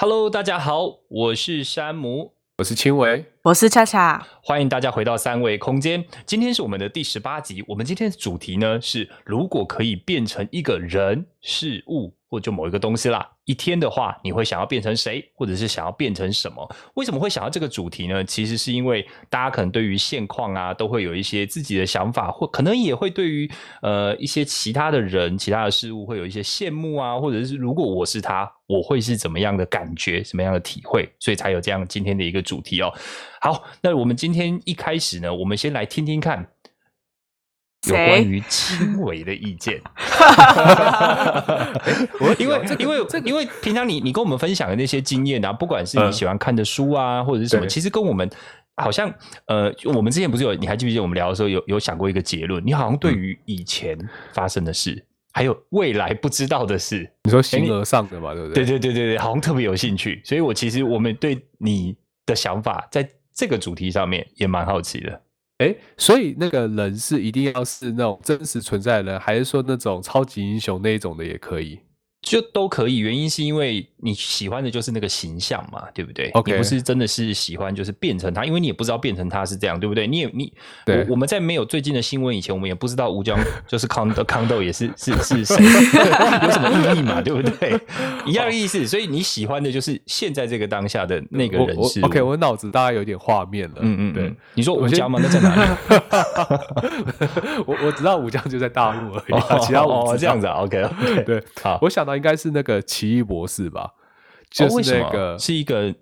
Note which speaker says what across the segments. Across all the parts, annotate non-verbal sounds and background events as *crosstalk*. Speaker 1: Hello，大家好，我是山姆，
Speaker 2: 我是青维，
Speaker 3: 我是恰恰。
Speaker 1: 欢迎大家回到三维空间。今天是我们的第十八集，我们今天的主题呢是：如果可以变成一个人、事物或者就某一个东西啦，一天的话，你会想要变成谁，或者是想要变成什么？为什么会想要这个主题呢？其实是因为大家可能对于现况啊，都会有一些自己的想法，或可能也会对于呃一些其他的人、其他的事物会有一些羡慕啊，或者是如果我是他，我会是怎么样的感觉，什么样的体会？所以才有这样今天的一个主题哦。好，那我们今天一开始呢，我们先来听听看有
Speaker 3: 谁
Speaker 1: 关于轻微的意见。因为因为因为平常你你跟我们分享的那些经验啊，不管是你
Speaker 2: 嗯
Speaker 1: 喜欢看的书啊，或者是什么，
Speaker 2: 对
Speaker 1: 其实跟我们好像呃，我们之前不是有你还记不记得我们聊的时候有有想过一个结论，你好像对于以前发生的事，还有未来不知道的事，
Speaker 2: 你说形而上的嘛，对不
Speaker 1: 对对
Speaker 2: 对？
Speaker 1: 对对对，好像特别有兴趣，所以我其实我们对你的想法在这个主题上面也蛮好奇的。
Speaker 2: 哎，所以那个人是一定要是那种真实存在的人，还是说那种超级英雄那一种的也可以？
Speaker 1: 就都可以，原因是因为你喜欢的就是那个形象嘛，对不对
Speaker 2: OK
Speaker 1: 你不是真的是喜欢，就是变成他，因为你也不知道变成他是这样，对不对？你也你
Speaker 2: 对
Speaker 1: 我我们在没有最近的新闻以前，我们也不知道吴
Speaker 2: *laughs*
Speaker 1: 江就是康德康豆也是是是谁，有什么意义嘛，对不对？一样的意思，所以你喜欢的就是现在这个当下的那个
Speaker 2: 我
Speaker 1: 人
Speaker 2: 我
Speaker 1: 事物
Speaker 2: OK，我脑子大概有点画面了。
Speaker 1: 嗯嗯，嗯
Speaker 2: 对。，
Speaker 1: 你说
Speaker 2: 我
Speaker 1: 吴
Speaker 2: 先
Speaker 1: 江吗？那在哪里？
Speaker 2: *laughs* 我我知道武将就在大陆而已 *laughs* 啊，其他我
Speaker 1: 嗯哦
Speaker 2: 不
Speaker 1: 这
Speaker 2: 知道
Speaker 1: 样子啊，OK，
Speaker 2: 对，
Speaker 1: 好，
Speaker 2: 我想到应该是那个奇异博士吧，
Speaker 1: 哦
Speaker 2: 就
Speaker 1: 为
Speaker 2: 是
Speaker 1: 什
Speaker 2: 那
Speaker 1: 么
Speaker 2: 个
Speaker 1: 是一个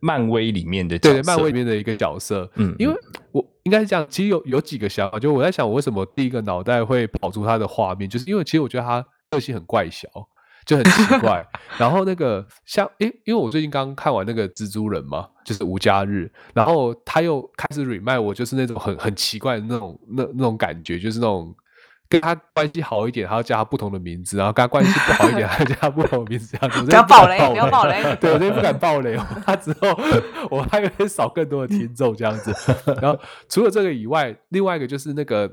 Speaker 1: 漫威里面的角色，
Speaker 2: 对对，漫威里面的一个角色。
Speaker 1: 嗯，嗯，
Speaker 2: 因为我应该是这样，其实有有几个想法，就我在想，我为什么第一个脑袋会跑出他的画面，就是因为其实我觉得他个性很怪小，就很奇怪。然后那个像，诶，因为我最近刚看完那个蜘蛛人嘛，就是无家日，然后他又开始 remind 我，就是那种很很奇怪的那种那那种感觉，就是那种。跟他关系好一点，他要叫他不同的名字；然后跟他关系不好一点，他要叫他不同的名字。这样子，我
Speaker 3: 不
Speaker 2: 真的
Speaker 3: 要
Speaker 2: 敢
Speaker 3: 爆雷，不要爆雷。
Speaker 2: 对，我就不敢爆雷，我怕之后我还会少更多的听众这样子。然后除了这个以外，另外一个就是那个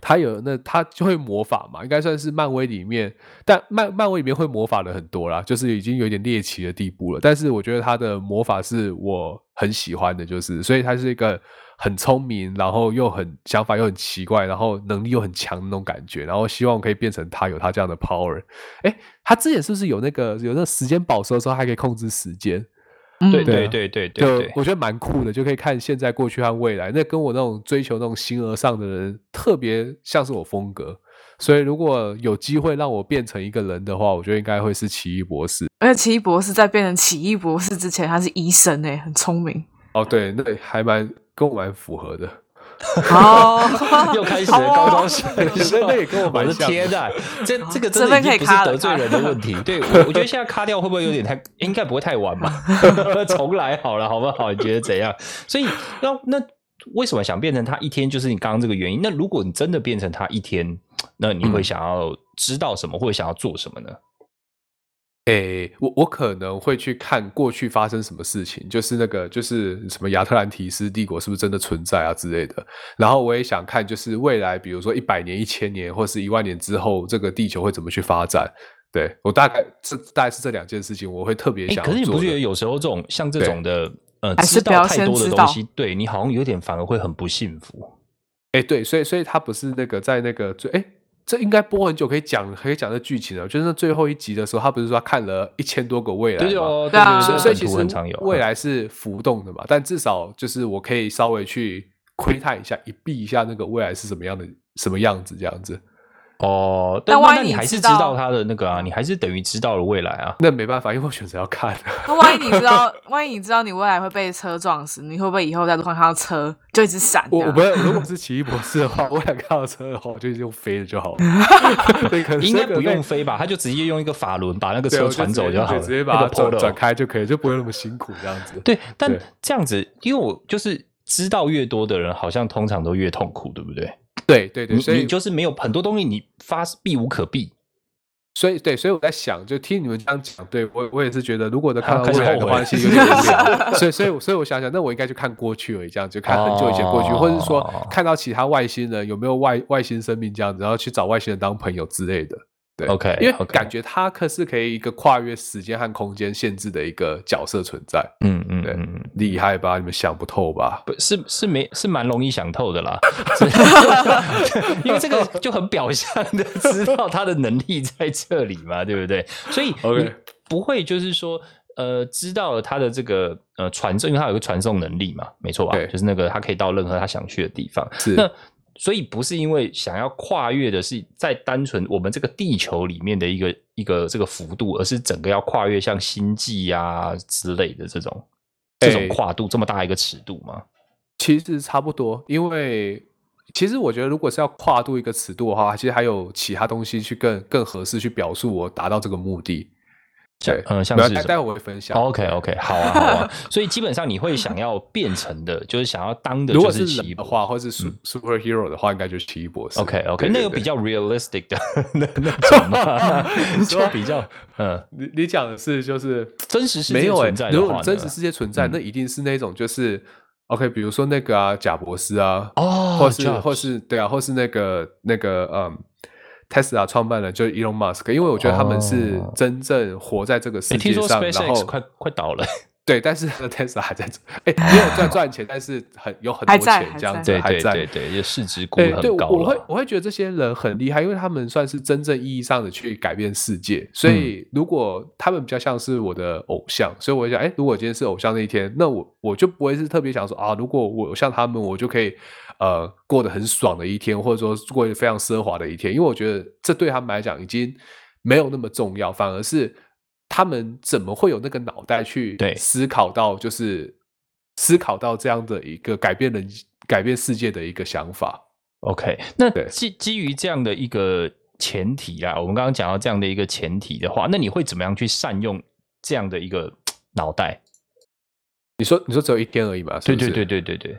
Speaker 2: 他有那他就会魔法嘛，应该算是漫威里面，但漫漫威里面会魔法的很多啦，就是已经有点猎奇的地步了。但是我觉得他的魔法是我很喜欢的，就是所以他是一个。很聪明，然后又很想法又很奇怪，然后能力又很强的那种感觉，然后希望可以变成他有他这样的 power。哎，他之前是不是有那个有那个时间宝石的时候，还可以控制时间？
Speaker 3: 嗯
Speaker 1: 对
Speaker 2: 对
Speaker 1: 对
Speaker 2: 啊
Speaker 1: 对对对
Speaker 2: 就
Speaker 1: 对，
Speaker 2: 我觉得蛮酷的，就可以看现在、过去和未来。那跟我那种追求那种形而上的人，特别像是我风格。所以如果有机会让我变成一个人的话，我觉得应该会是奇异博士。
Speaker 3: 而且奇异博士在变成奇异博士之前，他是医生诶、很
Speaker 1: *laughs*
Speaker 3: 聪明。
Speaker 2: 哦，对，那还蛮跟我蛮符合的。
Speaker 3: 哦，
Speaker 1: *laughs*
Speaker 3: *laughs*
Speaker 1: 又开始了
Speaker 3: 啊
Speaker 1: 高中 *laughs* 生
Speaker 2: 那那也跟我蛮
Speaker 1: 的
Speaker 2: 像的
Speaker 1: 天呐，这这个
Speaker 3: 这
Speaker 1: 真的
Speaker 3: 边
Speaker 1: 已经
Speaker 3: 可以
Speaker 1: 不是
Speaker 3: 卡了
Speaker 1: 得罪人的问题。对我，我觉得现在卡掉会不会有
Speaker 3: *laughs*
Speaker 1: 点太，应该不会太晚吧？重来好了，好不好？你觉得怎样？所以那那为什么想变成他一天，就是你刚刚这个原因？那如果你真的变成他一天，那你会想要知道什么，或者想要做什么呢？
Speaker 2: 诶，我我可能会去看过去发生什么事情，就是那个就是什么亚特兰提斯帝国是不是真的存在啊之类的。然后我也想看，就是未来比如说一百年、一千年或是一万年之后，这个地球会怎么去发展。对我大概这大概是这两件事情，我会特别
Speaker 1: 哎，
Speaker 2: 想要
Speaker 1: 可是你不
Speaker 2: 做
Speaker 1: 觉得
Speaker 2: 的
Speaker 1: 有时候这种像这种的，呃，
Speaker 3: 还啊是
Speaker 1: 知
Speaker 3: 不
Speaker 1: 道
Speaker 3: 要
Speaker 1: 太
Speaker 3: 先
Speaker 1: 多的
Speaker 3: 知
Speaker 1: 东
Speaker 3: 道
Speaker 1: 西，对你好像有点反而会很不幸福。
Speaker 2: 哎，对，所以所以他不是那个在那个最哎，这应该播很久可以讲可以讲的剧情了。啊就是那最后一集的时候，他不是说他看了一千多个未来
Speaker 1: 对对
Speaker 2: 吗
Speaker 1: 哦，
Speaker 3: 对啊
Speaker 2: 所
Speaker 1: 对
Speaker 2: 以
Speaker 1: 对
Speaker 2: 所以
Speaker 1: 对
Speaker 2: 其
Speaker 1: 本土
Speaker 2: 实
Speaker 1: 很常有
Speaker 2: 未来是浮动的嘛，但至少就是我可以稍微去窥探一下，一避一下那个未来是什么样的什么样子这样子。
Speaker 1: 哦，
Speaker 3: 但
Speaker 1: 但
Speaker 3: 万
Speaker 1: 那
Speaker 3: 一
Speaker 1: 你
Speaker 3: 你
Speaker 1: 还是
Speaker 3: 知
Speaker 1: 知
Speaker 3: 道
Speaker 1: 道他的那个啊，你还是等于知道了未来啊。
Speaker 2: 那没办法，因为我选择
Speaker 1: *laughs*
Speaker 2: 要看。
Speaker 3: 那万一你知道，万一你知道你未来会被车撞死，你会不会以后在路上看到车就一直闪？
Speaker 2: 我我
Speaker 3: 这
Speaker 2: 不
Speaker 3: 样
Speaker 2: 要，如果是奇异博士的话， *laughs* 我想看到车的话，我就用飞的
Speaker 1: *laughs*
Speaker 2: 就好了。 *laughs* 对，可能
Speaker 1: 应该不
Speaker 2: 那个
Speaker 1: 用飞吧？他就直接用一个法轮把那个
Speaker 2: 对
Speaker 1: 车
Speaker 2: 我就
Speaker 1: 传
Speaker 2: 直接
Speaker 1: 走就好了，
Speaker 2: 对直接
Speaker 1: 那
Speaker 2: 把它
Speaker 1: 个 Polo
Speaker 2: 转转开就可以，就不会那么辛苦这样子。
Speaker 1: 对，但
Speaker 2: 对
Speaker 1: 这样子，因为我就是知道越多的人，好像通常都越痛苦，对不对？
Speaker 2: 对对对，
Speaker 1: 你
Speaker 2: 所以
Speaker 1: 你就是没有很多东西，你发避无可避。
Speaker 2: 所以对，所以我在想，就听你们这样讲，对我我也是觉得，如果能看到
Speaker 1: 开始
Speaker 2: 未来的
Speaker 1: 后
Speaker 2: 话，
Speaker 1: 悔
Speaker 2: 其实有点无聊。
Speaker 1: *laughs*
Speaker 2: 所以，所以我，所以我想想，那我应该去看过去而已，这样就看很久以前过去，或者是说
Speaker 1: 哦
Speaker 2: 看到其他外星人有没有外外星生命这样子，然后去找外星人当朋友之类的。对
Speaker 1: OK，
Speaker 2: 因为
Speaker 1: OK
Speaker 2: 感觉他可是可以一个跨越时间和空间限制的一个角色存在，
Speaker 1: 嗯嗯
Speaker 2: 对
Speaker 1: 嗯嗯，
Speaker 2: 厉害吧？你们想不透吧？
Speaker 1: 不是是没是蛮容易想透的啦， *laughs* 是因为这个就很表象的知道他的能力在这里嘛，对不对？所以
Speaker 2: OK
Speaker 1: 你不会就是说。呃，知道了他的这个呃传送，因为他有一个传送能力嘛，没错吧
Speaker 2: 对？
Speaker 1: 就是那个他可以到任何他想去的地方。
Speaker 2: 是
Speaker 1: 那所以不是因为想要跨越的是在单纯我们这个地球里面的一个一个这个幅度，而是整个要跨越像星际啊之类的这种这种
Speaker 2: 哎
Speaker 1: 跨度、这么大一个尺度吗？
Speaker 2: 其实差不多，因为其实我觉得，如果是要跨度一个尺度的话，其实还有其他东西去更更合适去表述我达到这个目的。
Speaker 1: 像
Speaker 2: 对，
Speaker 1: 呃像
Speaker 2: 没有
Speaker 1: 是
Speaker 2: 待
Speaker 1: 什
Speaker 2: 待
Speaker 1: 么
Speaker 2: 会我会分享。
Speaker 1: OK OK，好啊好
Speaker 2: *laughs*
Speaker 1: 啊，所以基本上你会想要变成的，就是想要当的，
Speaker 2: 如果
Speaker 1: 就是奇
Speaker 2: 人
Speaker 1: 异
Speaker 2: 的
Speaker 1: 博士。嗯
Speaker 2: 话，或是 su- superhero 的话，应该就是奇异博士。
Speaker 1: OK OK，
Speaker 2: 对
Speaker 1: 那
Speaker 2: 对
Speaker 1: 个
Speaker 2: 对
Speaker 1: 比较 realistic
Speaker 2: *laughs*
Speaker 1: 的那那种嘛，就比较嗯
Speaker 2: 你你讲的是就是
Speaker 1: 真实世界
Speaker 2: 没有欸
Speaker 1: 存在的
Speaker 2: 如
Speaker 1: 话
Speaker 2: 果
Speaker 1: 呢
Speaker 2: 真实世界存在，
Speaker 1: 嗯
Speaker 2: 那一定是那种就是 OK，比如说那个啊，贾博士啊，
Speaker 1: 哦，
Speaker 2: 或是
Speaker 1: Jobs
Speaker 2: 或是对啊，或是那个那个嗯，Tesla 创办人就是 Elon Musk，因为我觉得他们是
Speaker 1: 哦
Speaker 2: 真正活在这个世
Speaker 1: 欸听
Speaker 2: 界
Speaker 1: 说
Speaker 2: 上，然
Speaker 1: SpaceX
Speaker 2: 后
Speaker 1: 快快倒了，
Speaker 2: 对，但是 *laughs* Tesla 还在做，哎，没有在赚钱，但是很有很
Speaker 3: 还
Speaker 2: 多
Speaker 3: 在
Speaker 2: 钱
Speaker 3: 还
Speaker 2: 这样子，
Speaker 1: 对
Speaker 2: 还
Speaker 1: 对
Speaker 2: 在
Speaker 1: 对对，就市值估
Speaker 2: 对对，
Speaker 1: 很
Speaker 2: 我
Speaker 1: 高
Speaker 2: 我会
Speaker 1: 了。
Speaker 2: 我会觉得这些人很厉害，因为他们算是真正意义上的去改变世界，所
Speaker 1: 嗯
Speaker 2: 以如果他们比较像是我的偶像，所以我会想，哎，如果今天是偶像那一天，那我我就不会是特别想说啊，如果我像他们，我就可以呃过得很爽的一天，或者说过得非常奢华的一天，因为我觉得这对他们来讲已经没有那么重要，反而是他们怎么会有那个脑袋去
Speaker 1: 对
Speaker 2: 思考到就是思考到这样的一个改变人改变世界的一个想法。
Speaker 1: OK，那
Speaker 2: 对
Speaker 1: 基基于这样的一个前提啊，我们刚刚讲到这样的一个前提的话，那你会怎么样去善用这样的一个脑袋？
Speaker 2: 你说你说只有一天而已嘛？是
Speaker 1: 对
Speaker 2: 不
Speaker 1: 对
Speaker 2: 是
Speaker 1: 对，对对对，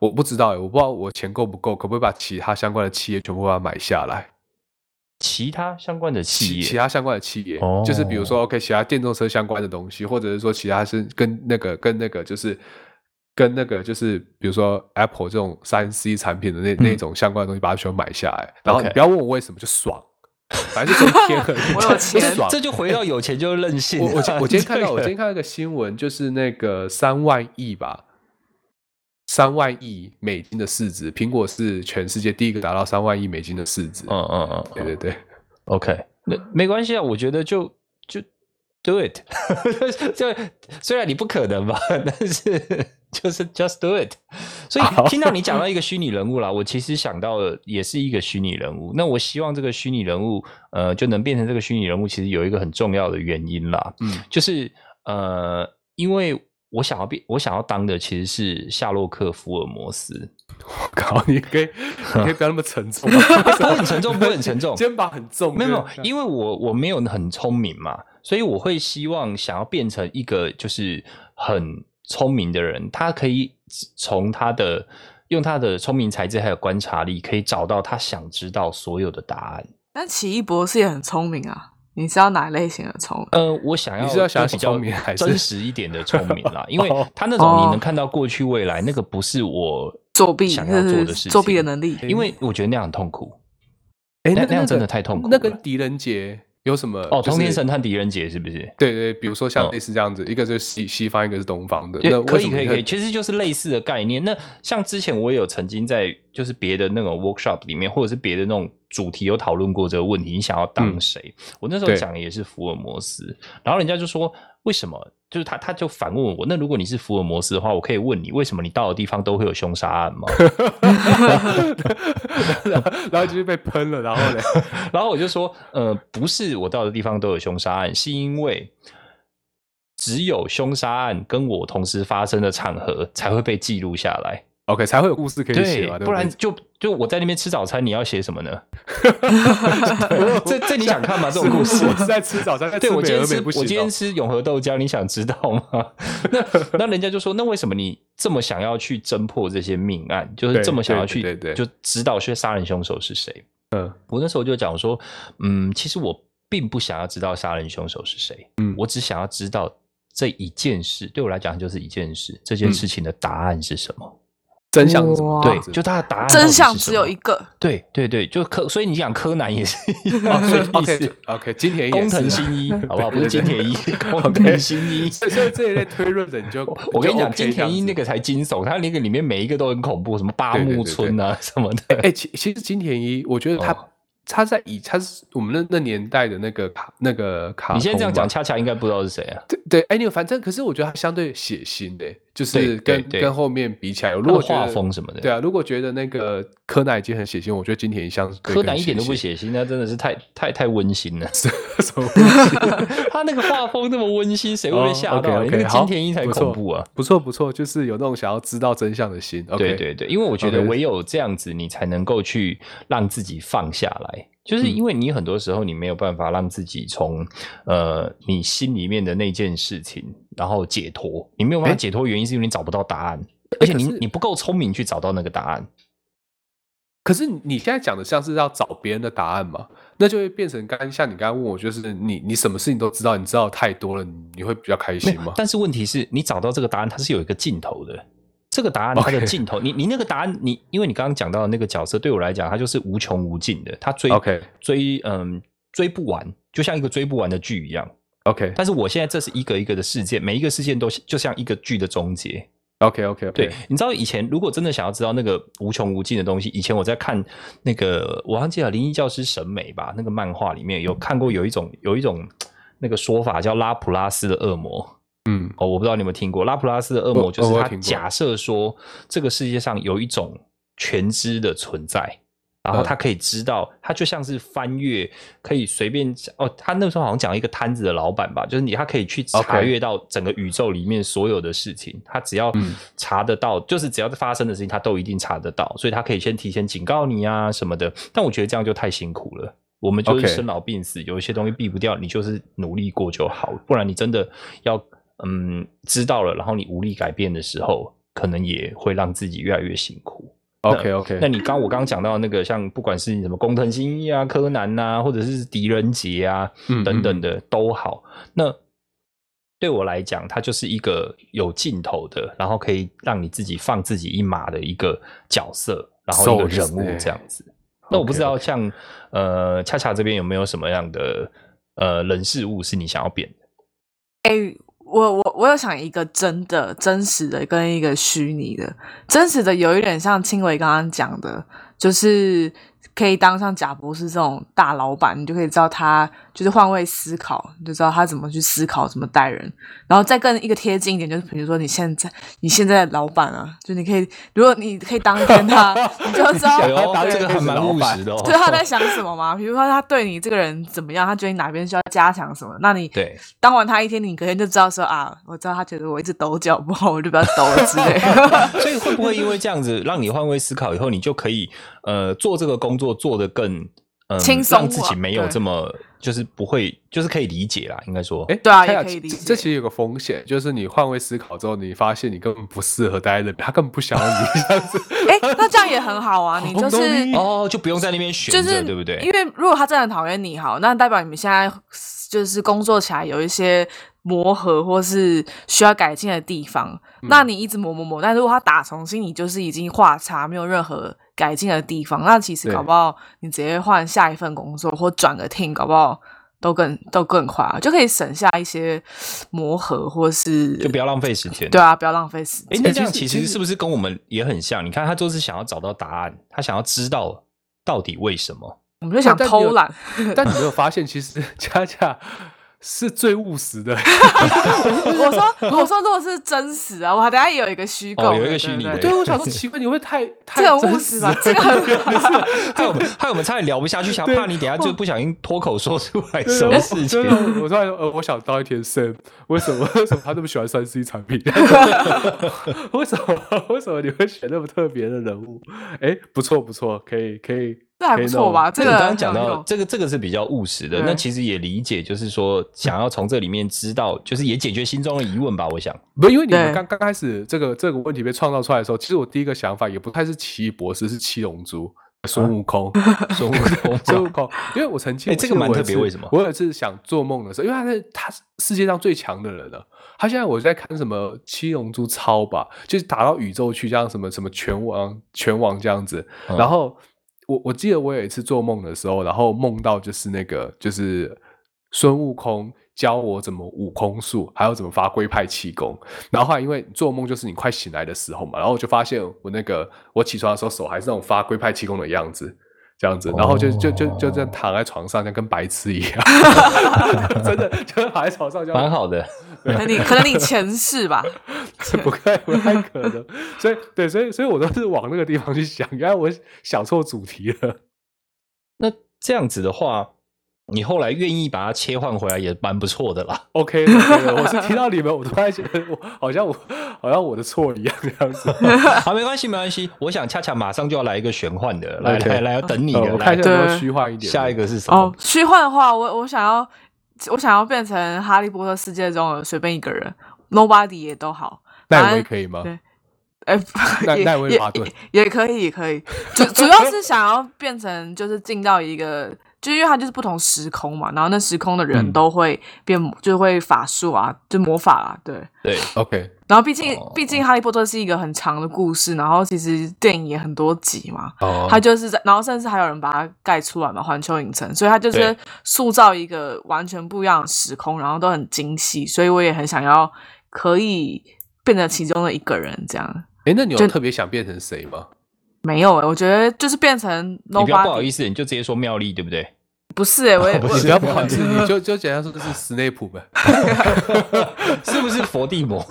Speaker 2: 我不知道哎、我不知道我钱够不够，可不可以把其他相关的企业全部把它买下来？
Speaker 1: 其他相关的企
Speaker 2: 其
Speaker 1: 业
Speaker 2: 其他相关的企业，
Speaker 1: 哦
Speaker 2: 就是比如说 OK，其他电动车相关的东西，或者是说其他是跟那个跟那个就是跟那个就是比如说 Apple 这种三 C 产品的那、那种相关的东西，把它全部买下来，然后
Speaker 1: 嗯 OK
Speaker 2: 你不要问我为什么，就爽，反正就这一天
Speaker 1: *laughs*
Speaker 2: 而已，
Speaker 3: 我有
Speaker 2: 就
Speaker 3: 钱
Speaker 2: 爽。
Speaker 1: 这就回到有钱就任性啊、
Speaker 2: 我我今我今天
Speaker 1: *laughs*
Speaker 2: 看到我
Speaker 1: 这个
Speaker 2: 今天看到一个新闻，就是那个三万亿吧，三万亿美金的市值，苹果是全世界第一个达到三万亿美金的市值。
Speaker 1: 嗯嗯嗯，
Speaker 2: 对对 *laughs* 对，
Speaker 1: OK，那没关系啊，我觉得就就 do it，就虽然你不可能吧， *laughs* 但是就是 just do it。所以
Speaker 2: 好
Speaker 1: 听到你讲到一个虚拟人物啦，我其实想到了也是一个虚拟人物。那我希望这个虚拟人物，呃，就能变成这个虚拟人物，其实有一个很重要的原因啦，
Speaker 2: 嗯，
Speaker 1: 就是呃，因为我想要变，我想要当的其实是夏洛克·福尔摩斯。
Speaker 2: 我靠，你可以你可以不要那么
Speaker 1: *laughs*
Speaker 2: 沉重吗，
Speaker 1: 不会很沉重不会很沉重
Speaker 2: *laughs* 肩膀很重，
Speaker 1: 没有没有
Speaker 2: 对，
Speaker 1: 因为我我没有很聪明嘛，所以我会希望想要变成一个就是很聪明的人，他可以从他的用他的聪明才智还有观察力，可以找到他想知道所有的答案。
Speaker 3: 但奇异博士也很聪明啊，你知道哪类型的聪明？
Speaker 1: 呃，我想要
Speaker 2: 你是要想
Speaker 1: 比较
Speaker 2: 聪明还是
Speaker 1: 真实一点的聪明
Speaker 2: *laughs*
Speaker 1: 啦，因为
Speaker 2: 哦
Speaker 1: 他那种你
Speaker 3: 哦
Speaker 1: 能看到过去未来，那个不是我
Speaker 3: 作弊，
Speaker 1: 想要
Speaker 3: 就
Speaker 1: 做的事
Speaker 3: 是
Speaker 1: 情，哎
Speaker 3: 作弊的能力。
Speaker 1: 因为我觉得那样很痛苦。
Speaker 2: 哎，
Speaker 1: 那
Speaker 2: 那
Speaker 1: 那样
Speaker 2: 个
Speaker 1: 真的太痛苦了
Speaker 2: 那跟狄仁杰有什么？
Speaker 1: 哦，
Speaker 2: 就是
Speaker 1: 通天神探狄仁杰是不是？
Speaker 2: 对对，比如说
Speaker 1: 哦
Speaker 2: 像类似这样子，一个就是西西方，一个是东方的。
Speaker 1: 对
Speaker 2: 那
Speaker 1: 可
Speaker 2: 为什
Speaker 1: 以
Speaker 2: 么
Speaker 1: 可以
Speaker 2: 你
Speaker 1: 可
Speaker 2: 看
Speaker 1: 以，其实就是类似的概念。那像之前我也有曾经在就是别的那种 workshop 里面，或者是别的那种主题有讨论过这个问题，你想要当
Speaker 2: 嗯
Speaker 1: 谁？我那时候
Speaker 2: 对
Speaker 1: 讲的也是福尔摩斯，然后人家就说为什么？就是他他就反问我，那如果你是福尔摩斯的话，我可以问你，为什么你到的地方都会有凶杀案吗？ *laughs*
Speaker 2: *laughs* 然后然后就是被喷了，然后
Speaker 1: *laughs*
Speaker 2: 嘞，
Speaker 1: 然后我就说，呃，不是我到的地方都有凶杀案，是因为只有凶杀案跟我同时发生的场合才会被记录下来。
Speaker 2: OK，才会有故事可以写嘛，对
Speaker 1: 不
Speaker 2: 对
Speaker 1: 然就就我在那边吃早餐，你要写什么
Speaker 2: *laughs*
Speaker 1: 呢？这这你想看吗？这种故事
Speaker 2: *laughs* 我。是在吃早餐，在吃
Speaker 1: 对，我
Speaker 2: 美
Speaker 1: 今天
Speaker 2: 而
Speaker 1: 吃
Speaker 2: 美不行、哦
Speaker 1: 我今天吃永和豆浆，你想知道吗？ *laughs* 那那人家就说，那为什么你这么想要去侦破这些命案，就是
Speaker 2: 对
Speaker 1: 这么想要
Speaker 2: 对
Speaker 1: 去
Speaker 2: 对对
Speaker 1: 就知道去杀人凶手是谁？
Speaker 2: 嗯
Speaker 1: 我那时候就讲说，嗯，其实我并不想要知道杀人凶手是谁，
Speaker 2: 嗯
Speaker 1: 我只想要知道这一件事，对我来讲就是一件事，这件
Speaker 2: 嗯
Speaker 1: 事情的答案是什么。
Speaker 2: 真相是什么？
Speaker 1: 对，就他的答案到底
Speaker 3: 真
Speaker 1: 是
Speaker 3: 相
Speaker 1: 什
Speaker 3: 只有
Speaker 1: 么
Speaker 3: 一个，
Speaker 1: 对对对，就柯，所以你讲柯南也
Speaker 2: *laughs*
Speaker 1: 是一样的意思。
Speaker 2: 哦 OK OK，金田一也
Speaker 1: 工
Speaker 2: 是
Speaker 1: 藤
Speaker 2: 啊
Speaker 1: 新
Speaker 2: *laughs*
Speaker 1: 一，好不好？不是
Speaker 2: 对对
Speaker 1: 金
Speaker 2: 对
Speaker 1: 田一，工藤新一。
Speaker 2: *laughs* 所以所以这一类推论的你就，
Speaker 1: 我跟你讲，
Speaker 2: 你就
Speaker 1: 金
Speaker 2: OK 这样
Speaker 1: 田一
Speaker 2: 子
Speaker 1: 那个才惊悚，他那个里面每一个都很恐怖，什么八
Speaker 2: 对对
Speaker 1: 木
Speaker 2: 对对
Speaker 1: 村啊什么的。
Speaker 2: *laughs* 哎、其其实金田一，我觉得他、
Speaker 1: 哦
Speaker 2: 他在以他是我们那那年代的那个卡那个卡，
Speaker 1: 你现在这样讲，，恰恰应该不知道是谁啊？
Speaker 2: 对对，哎、你反正可是我觉得他相对血腥的、就是
Speaker 1: 对对
Speaker 2: 跟
Speaker 1: 对
Speaker 2: 跟后面比起来，如
Speaker 1: 如
Speaker 2: 果
Speaker 1: 果
Speaker 2: 觉得
Speaker 1: 画风什么的，
Speaker 2: 对啊，如果觉得那个柯南已经很血腥，我觉得金田一相对
Speaker 1: 柯
Speaker 2: 更
Speaker 1: 南一点都不
Speaker 2: 腥，
Speaker 1: 血腥，那真的是太太太温馨了。
Speaker 2: *laughs*
Speaker 1: *laughs*
Speaker 2: 什么东西 *laughs*
Speaker 1: 他那个画风那么温馨，谁会被吓到啊？
Speaker 2: o
Speaker 1: 你
Speaker 2: k
Speaker 1: 那
Speaker 2: o
Speaker 1: 个
Speaker 2: k
Speaker 1: 金田一才恐怖啊！
Speaker 2: 哦不错不错，就是有那种想要知道真相的心。OK，
Speaker 1: 对对对，因为我觉得
Speaker 2: OK
Speaker 1: 唯有这样子，你才能够去让自己放下来。就是
Speaker 2: 嗯
Speaker 1: 因为你很多时候你没有办法让自己从呃你心里面的那件事情，然后解脱。你没有办法
Speaker 2: 诶
Speaker 1: 解脱，原因是因为你找不到答案，
Speaker 2: 诶
Speaker 1: 而且你
Speaker 2: 可是
Speaker 1: 你不够聪明去找到那个答案。
Speaker 2: 可是你现在讲的像是要找别人的答案嘛？那就会变成刚像你刚刚问我，就是你你什么事情都知道，你知道太多了，你你会比较开
Speaker 1: 没
Speaker 2: 心
Speaker 1: 有
Speaker 2: 吗，？
Speaker 1: 但是问题是你找到这个答案，它是有一个尽头的。这个答案它的
Speaker 2: OK
Speaker 1: 尽头你你那个答案，你因为你刚刚讲到的那个角色，对我来讲，它就是无穷无尽的，它追
Speaker 2: OK
Speaker 1: 追嗯追不完，就像一个追不完的剧一样。
Speaker 2: OK
Speaker 1: 但是我现在这是一个一个的事件，每一个事件都就像一个剧的终结。
Speaker 2: OK OK，
Speaker 1: 对，你知道以前如果真的想要知道那个无穷无尽的东西，以前我在看那个，我忘记了《灵异教师审美》吧，那个漫画里面有看过有一种有一种那个说法叫拉普拉斯的恶魔。
Speaker 2: 嗯
Speaker 1: 哦，我不知道你有没有听过拉普拉斯的恶
Speaker 2: 我
Speaker 1: 魔，就是
Speaker 2: 我有
Speaker 1: 他
Speaker 2: 听过
Speaker 1: 假设说这个世界上有一种全知的存在，然后
Speaker 2: 嗯
Speaker 1: 他可以知道，他就像是翻越，可以随便哦，他那时候好像讲一个摊子的老板吧，就是你他可以去查
Speaker 2: OK
Speaker 1: 阅到整个宇宙里面所有的事情，他只要
Speaker 2: 嗯
Speaker 1: 查得到，就是只要发生的事情，他都一定查得到，所以他可以先提前警告你啊什么的。但我觉得这样就太辛苦了。我们就是
Speaker 2: OK
Speaker 1: 生老病死有一些东西避不掉，你就是努力过就好，不然你真的要嗯知道了，然后你无力改变的时候，可能也会让自己越来越辛苦。
Speaker 2: OK
Speaker 1: 那
Speaker 2: OK，
Speaker 1: 你刚我刚刚讲到那个，像不管是什么工藤新一啊、柯南呐、或者是狄仁杰啊
Speaker 2: 嗯
Speaker 1: 等等的都好，那对我来讲，它就是一个有尽头的，然后可以让你自己放自己一马的一个角色，然后一个
Speaker 2: So
Speaker 1: 人物
Speaker 2: is it
Speaker 1: 这样子。那我不知道像呃恰恰这边有没有什么样的呃人事物是你想要变的？
Speaker 3: 我我我有想一个真的真实的跟一个虚拟的，真实的有一点像青伟刚刚讲的，就是可以当上贾博士这种大老板，你就可以知道他就是换位思考，你就知道他怎么去思考，怎么待人。然后再更一个贴近一点，就是比如说你现在 *laughs* 你现在的老板啊，就你可以，如果你可以当一天他，你就知道
Speaker 2: 哎呦答
Speaker 1: 这
Speaker 2: 对
Speaker 1: 个还蛮务实的哦。
Speaker 3: 对他在想什么嘛？比如说他对你这个人怎么样，他觉得你哪边需要加强什么？那你
Speaker 1: 对
Speaker 3: 当完他一天，你隔天就知道说啊，我知道他觉得我一直抖脚不好，我就不要抖了之类的。
Speaker 1: *laughs* 所以会不会因为这样子，让你换位思考以后，你就可以呃做这个工作做得更嗯
Speaker 3: 轻松啊
Speaker 1: 让自己没有
Speaker 3: 对
Speaker 1: 这么就是不会，就是可以理解啦，应该说。
Speaker 2: 哎，
Speaker 3: 对啊也
Speaker 2: 看下
Speaker 3: 可以理
Speaker 2: 这
Speaker 3: 解
Speaker 2: 这其实有个风险，就是你换位思考之后，你发现你根本不适合待在那边，他根本不想要你这样子。
Speaker 3: 哎、那这样也很好啊，你就
Speaker 2: 红豆
Speaker 3: 是
Speaker 2: 泥
Speaker 1: 哦，就不用在那边选
Speaker 3: 就
Speaker 1: 着，
Speaker 3: 是
Speaker 1: 对不对？
Speaker 3: 因为如果他真的很讨厌你，好，那代表你们现在就是工作起来有一些磨合或是需要改进的地方。
Speaker 1: 嗯
Speaker 3: 那你一直磨磨磨，但如果他打从心里就是已经画叉，没有任何改进的地方，那其实
Speaker 2: 对
Speaker 3: 搞不好你直接换下一份工作或转个 team，搞不好。都更都更快啊，就可以省下一些磨合，或是
Speaker 1: 就不要浪费时间。
Speaker 3: 对啊，不要浪费时
Speaker 1: 哎，
Speaker 3: 间。 *laughs*
Speaker 1: 那这样其
Speaker 2: 其实
Speaker 1: 实
Speaker 2: 其实
Speaker 1: 是不是跟我们也很像？你看，他就是想要找到答案，他想要知道到底为什么。
Speaker 3: 我 *laughs* 们就想
Speaker 2: 但但你有
Speaker 3: 偷懒，
Speaker 2: 但你没有发现，其实恰恰是最务实
Speaker 3: *laughs*
Speaker 2: 的。
Speaker 3: 我说我说，如果是真实啊，我等下也有一个虚构的、
Speaker 1: 哦有一个虚
Speaker 3: 对不
Speaker 1: 拟的
Speaker 3: 对
Speaker 2: 对，我想说奇怪，你会
Speaker 3: *laughs*
Speaker 2: 太
Speaker 3: 这
Speaker 2: 太
Speaker 3: 个很
Speaker 2: 真
Speaker 3: 务
Speaker 2: 实
Speaker 3: 实
Speaker 2: 了
Speaker 3: 吧？这个
Speaker 2: *laughs*
Speaker 3: 很
Speaker 1: 害我们害我们差点聊不下去，
Speaker 3: *laughs*
Speaker 1: 想
Speaker 2: 对
Speaker 1: 怕你等下就不小心脱口说出来
Speaker 2: 对
Speaker 1: 什么事情
Speaker 3: *laughs*
Speaker 2: 真。的，我突然呃，我想当一天 Sam，为什么为什么他那么喜欢三 C 产品？ *laughs* 为什么为什么你会选那么特别的人物？哎，不错不错，可以可以，
Speaker 3: 这还不错吧？
Speaker 1: 这
Speaker 3: 这
Speaker 1: 个
Speaker 3: 个
Speaker 1: 刚刚讲
Speaker 3: 很有
Speaker 1: 到
Speaker 3: 用
Speaker 1: 这个，这个是比较务实的。
Speaker 3: 对
Speaker 1: 那其实也理解，就是说想要从这里面知道，就是也解决心中的疑问吧。我想，
Speaker 2: 不，因为你们
Speaker 3: 对
Speaker 2: 刚刚开始这个这个问题被创造出来的时候，其实我第一个想法也不太是奇异博士，是七龙珠。孙悟空，
Speaker 1: 孙悟空
Speaker 2: 孙悟空，因为我曾经
Speaker 1: 哎
Speaker 2: 我记
Speaker 1: 这个
Speaker 2: 得
Speaker 1: 蛮
Speaker 2: 我有
Speaker 1: 特别
Speaker 2: 一次
Speaker 1: 为什么
Speaker 2: 我有一次想做梦的时候，因为他是他是世界上最强的人了。他现在我在看什么《七龙珠超》吧，就是打到宇宙去，这样什么什么拳王拳王这样子。
Speaker 1: 嗯
Speaker 2: 然后我我记得我有一次做梦的时候，然后梦到就是那个就是孙悟空教我怎么悟空术，还有怎么发龟派气功。然后后来因为做梦就是你快醒来的时候嘛，然后我就发现我那个我起床的时候手还是那种发龟派气功的样子。这样子，然后就就就就这样
Speaker 1: 哦
Speaker 2: 躺在床上，像跟白痴一
Speaker 1: *laughs*
Speaker 2: 样，真的就躺在床上就
Speaker 3: 啊
Speaker 1: 蛮好的，
Speaker 3: 可
Speaker 1: *laughs*
Speaker 3: 能你可能你前世吧，
Speaker 2: *laughs* 不太不太可能。所以对，所以所以我都是往那个地方去想，原来我想错主题了。
Speaker 1: 那这样子的话，你后来愿意把它切换回来也蛮不错的啦。
Speaker 2: OK 的，OK 的，我是听到你们，我突然觉得我好像我好像我的错一样这样子。
Speaker 1: *laughs* 好，没关系，没关系。我想恰恰马上就要来一个玄幻的，来
Speaker 2: OK
Speaker 1: 来来，要等你
Speaker 2: 呃
Speaker 3: 哦
Speaker 1: 了。
Speaker 2: 我看一
Speaker 1: 来
Speaker 2: 下有没有
Speaker 3: 对
Speaker 2: 虚幻一点。
Speaker 1: 下一个是什
Speaker 3: 哦
Speaker 1: 么？，
Speaker 3: 虚幻的话，我我想要，我想要变成哈利波特世界中的随便一个人，nobody 也都好，啊
Speaker 2: 奈维可以吗？
Speaker 3: 对哎、 *laughs*
Speaker 2: 奈
Speaker 3: 也
Speaker 2: 奈维
Speaker 3: 也
Speaker 2: 马顿
Speaker 3: 也也可以，也可以，主主要是想要变成就是进到一个，就因为它就是不同时空嘛，然后那时空的人
Speaker 2: 嗯
Speaker 3: 都会变，就会法术啊，就魔法啊，对。
Speaker 1: 对，
Speaker 2: OK，
Speaker 3: 然后毕竟
Speaker 1: 哦
Speaker 3: 毕竟哈利波特是一个很长的故事，然后其实电影也很多集嘛，
Speaker 2: 哦
Speaker 3: 他就是在，然后甚至还有人把它盖出来嘛，环球影城，所以他就是
Speaker 1: 对
Speaker 3: 塑造一个完全不一样的时空，然后都很精细，所以我也很想要可以变成其中的一个人这样。
Speaker 2: 哎，那你有特别想变成谁吗？
Speaker 3: 没有欸诶、我觉得就是变成
Speaker 1: 你不要不好
Speaker 3: nobody，
Speaker 1: 意思，你就直接说妙丽，对不对？ *laughs*
Speaker 3: 不是欸诶、我也
Speaker 1: 不
Speaker 2: 你
Speaker 1: 是
Speaker 2: 不要不好意思，你就就简单说是斯内普呗。
Speaker 1: 是不是佛地魔？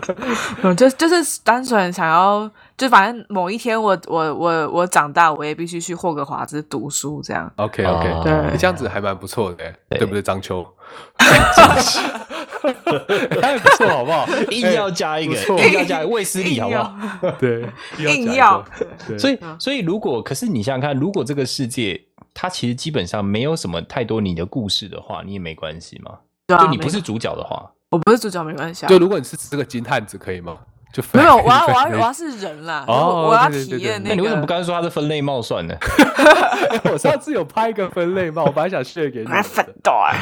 Speaker 3: *laughs* 嗯，就就是单纯想要，就反正某一天我我我我长大，我也必须去霍格华兹读书这样。
Speaker 2: OK OK，
Speaker 3: *laughs*
Speaker 1: *laughs*
Speaker 3: 对
Speaker 2: 你这样子还蛮不错的，
Speaker 1: 对
Speaker 2: 对不对，张秋？ *laughs*
Speaker 3: 哎
Speaker 2: 还不错，好不好？
Speaker 1: 硬要加一个
Speaker 2: 哎不，错
Speaker 1: 硬要加一个卫斯理，好不好？
Speaker 2: 哎对，
Speaker 3: 硬
Speaker 2: 讲一
Speaker 3: 要
Speaker 2: 个，对
Speaker 1: 所以，
Speaker 3: 嗯
Speaker 1: 所以如果可是你想想看，如果这个世界它其实基本上没有什么太多你的故事的话，你也没关系嘛。
Speaker 3: *laughs* 对啊，
Speaker 1: 就你
Speaker 3: 没
Speaker 1: 不是主角的话，
Speaker 3: 我不是主角没关系啊
Speaker 2: 就。如果你是这个金探子，可以吗？就
Speaker 3: 没有，我
Speaker 1: *laughs*
Speaker 2: 分
Speaker 3: 要我要
Speaker 2: 分
Speaker 3: 我要是人啦，
Speaker 2: 哦
Speaker 3: 我我要
Speaker 2: 对对
Speaker 3: 体
Speaker 2: 对对
Speaker 3: 验
Speaker 1: 那、
Speaker 2: 对
Speaker 3: 个。
Speaker 1: 你为什么不刚才说它是分类冒算呢？
Speaker 2: *laughs* 我上次有拍一个分类嘛，我本来想 share 给你们
Speaker 3: 来
Speaker 2: 的。
Speaker 3: 反斗
Speaker 2: *laughs*
Speaker 3: 啊！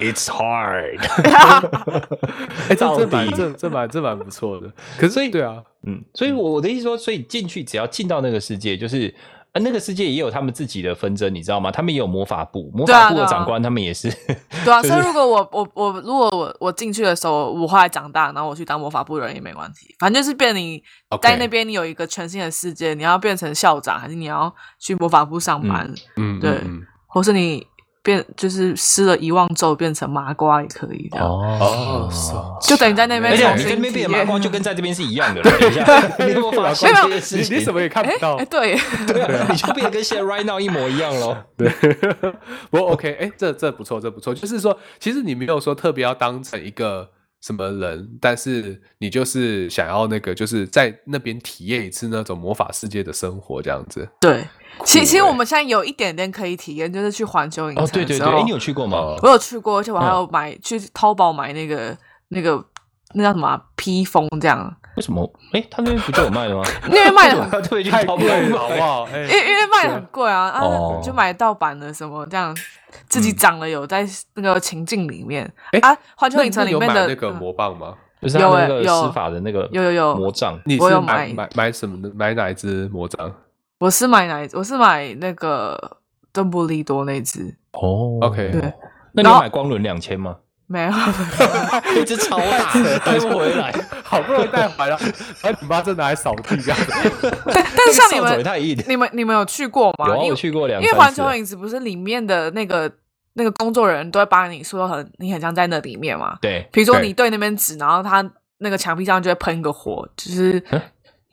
Speaker 1: It's hard
Speaker 2: *laughs* 哎，这这
Speaker 1: 到
Speaker 2: 蛮
Speaker 1: 底
Speaker 2: 这这蛮这蛮不错的。可
Speaker 1: 所
Speaker 2: 是
Speaker 1: 以
Speaker 2: 对啊，
Speaker 1: 嗯，所以我我的意思说，所以进去只要进到那个世界，就是。啊，那个世界也有他们自己的纷争，你知道吗？他们也有魔法部，魔
Speaker 3: 对
Speaker 1: 法
Speaker 3: 啊
Speaker 1: 部
Speaker 3: 对
Speaker 1: 的
Speaker 3: 啊
Speaker 1: 长官，他们也是
Speaker 3: *laughs* 对啊，
Speaker 1: 就
Speaker 3: 所以
Speaker 1: 是
Speaker 3: 如果我我我如果我我进去的时候，我后来长大，然后我去当魔法部人也没问题，反正就是变你
Speaker 2: OK
Speaker 3: 在那边你有一个全新的世界，你要变成校长，还是你要去魔法部上班，
Speaker 2: 嗯，
Speaker 3: 对
Speaker 2: 嗯嗯
Speaker 3: 或是你变就是施了遗忘咒变成麻瓜也可以
Speaker 1: *laughs*
Speaker 3: 这样。
Speaker 2: 哦，是
Speaker 3: 就等于在那
Speaker 1: 而
Speaker 3: 边
Speaker 1: 且
Speaker 3: 重
Speaker 1: 哎你跟
Speaker 3: 新
Speaker 1: 那
Speaker 3: 体
Speaker 1: 边
Speaker 3: 验。
Speaker 1: 的麻瓜就跟在这边是一样的了。等一下，
Speaker 2: *laughs*
Speaker 1: 你有没有发现这件事
Speaker 2: 你
Speaker 1: 情？
Speaker 2: 你什么也看不到
Speaker 3: *laughs* 哎，。对，
Speaker 1: *laughs* 对啊，你就变得跟现在 right now 一模一样
Speaker 3: *laughs*
Speaker 1: 喽。
Speaker 2: *laughs* 对，不过 OK，哎，这这不错，这不错。就是说，其实你没有说特别要当成一个什么人，但是你就是想要那个，就是在那边体验一次那种魔法世界的生活，这样子。
Speaker 3: 对，其
Speaker 2: 酷
Speaker 3: 其实我
Speaker 2: 欸
Speaker 3: 们现在有一点点可以体验，就是去环球影城
Speaker 1: 哦
Speaker 3: 的，
Speaker 1: 对对
Speaker 3: 时
Speaker 1: 对，哎，
Speaker 3: 候
Speaker 1: 你有嗯去过吗？
Speaker 2: 哦
Speaker 3: 我有去过，而且我还有买、去淘宝买那个那个那叫什么啊、披风这样，
Speaker 1: 为什么？哎，他那边不就有卖的吗？ *laughs*
Speaker 3: 因为卖的很，
Speaker 1: 特别去
Speaker 2: 太
Speaker 1: 淘
Speaker 2: 贵
Speaker 1: 宝
Speaker 2: 了，好不
Speaker 1: 买。
Speaker 2: 好？哎
Speaker 3: 因为因为卖的很贵啊啊，
Speaker 1: 哦
Speaker 3: 就买盗版的什么这样，自己长了有在那个情境里面、
Speaker 2: 哎
Speaker 3: 啊，环球
Speaker 2: 那
Speaker 3: 影城
Speaker 2: 你
Speaker 3: 里
Speaker 2: 有
Speaker 3: 面
Speaker 2: 买
Speaker 3: 的
Speaker 2: 那个
Speaker 3: 嗯
Speaker 2: 魔棒吗？
Speaker 1: 就是他那个
Speaker 3: 有欸有
Speaker 1: 施法的那个
Speaker 3: 有有有
Speaker 1: 魔杖，
Speaker 2: 你
Speaker 3: 我
Speaker 2: 是
Speaker 3: 有
Speaker 2: 买
Speaker 3: 买
Speaker 2: 买买什么的？买哪一只魔杖
Speaker 3: 我是买哪一？我是买那个邓布利多那只，
Speaker 1: 哦
Speaker 2: ？OK，
Speaker 3: 对
Speaker 1: 那你有
Speaker 3: 然后
Speaker 1: 买光轮两千吗？
Speaker 3: 没
Speaker 1: *laughs*
Speaker 3: 有，
Speaker 1: 一只超大的，
Speaker 2: *laughs*
Speaker 1: 带不回来。
Speaker 2: 好不容易带回来，然后你妈正拿来扫地这样子。
Speaker 3: 但但是像你
Speaker 1: 扫帚也
Speaker 3: 们
Speaker 1: 太硬了。
Speaker 3: 你们你们有去过吗？
Speaker 1: 有啊，
Speaker 3: 因为
Speaker 1: 我去过两
Speaker 3: 因
Speaker 1: 三
Speaker 3: 为
Speaker 1: 次。
Speaker 3: 环球影城不是里面的那个那个工作人员都会把你说很你很像在那里面嘛，
Speaker 1: 对，
Speaker 3: 比如说
Speaker 2: 对
Speaker 3: 你对那边指，然后他那个墙壁上就会喷个火，就是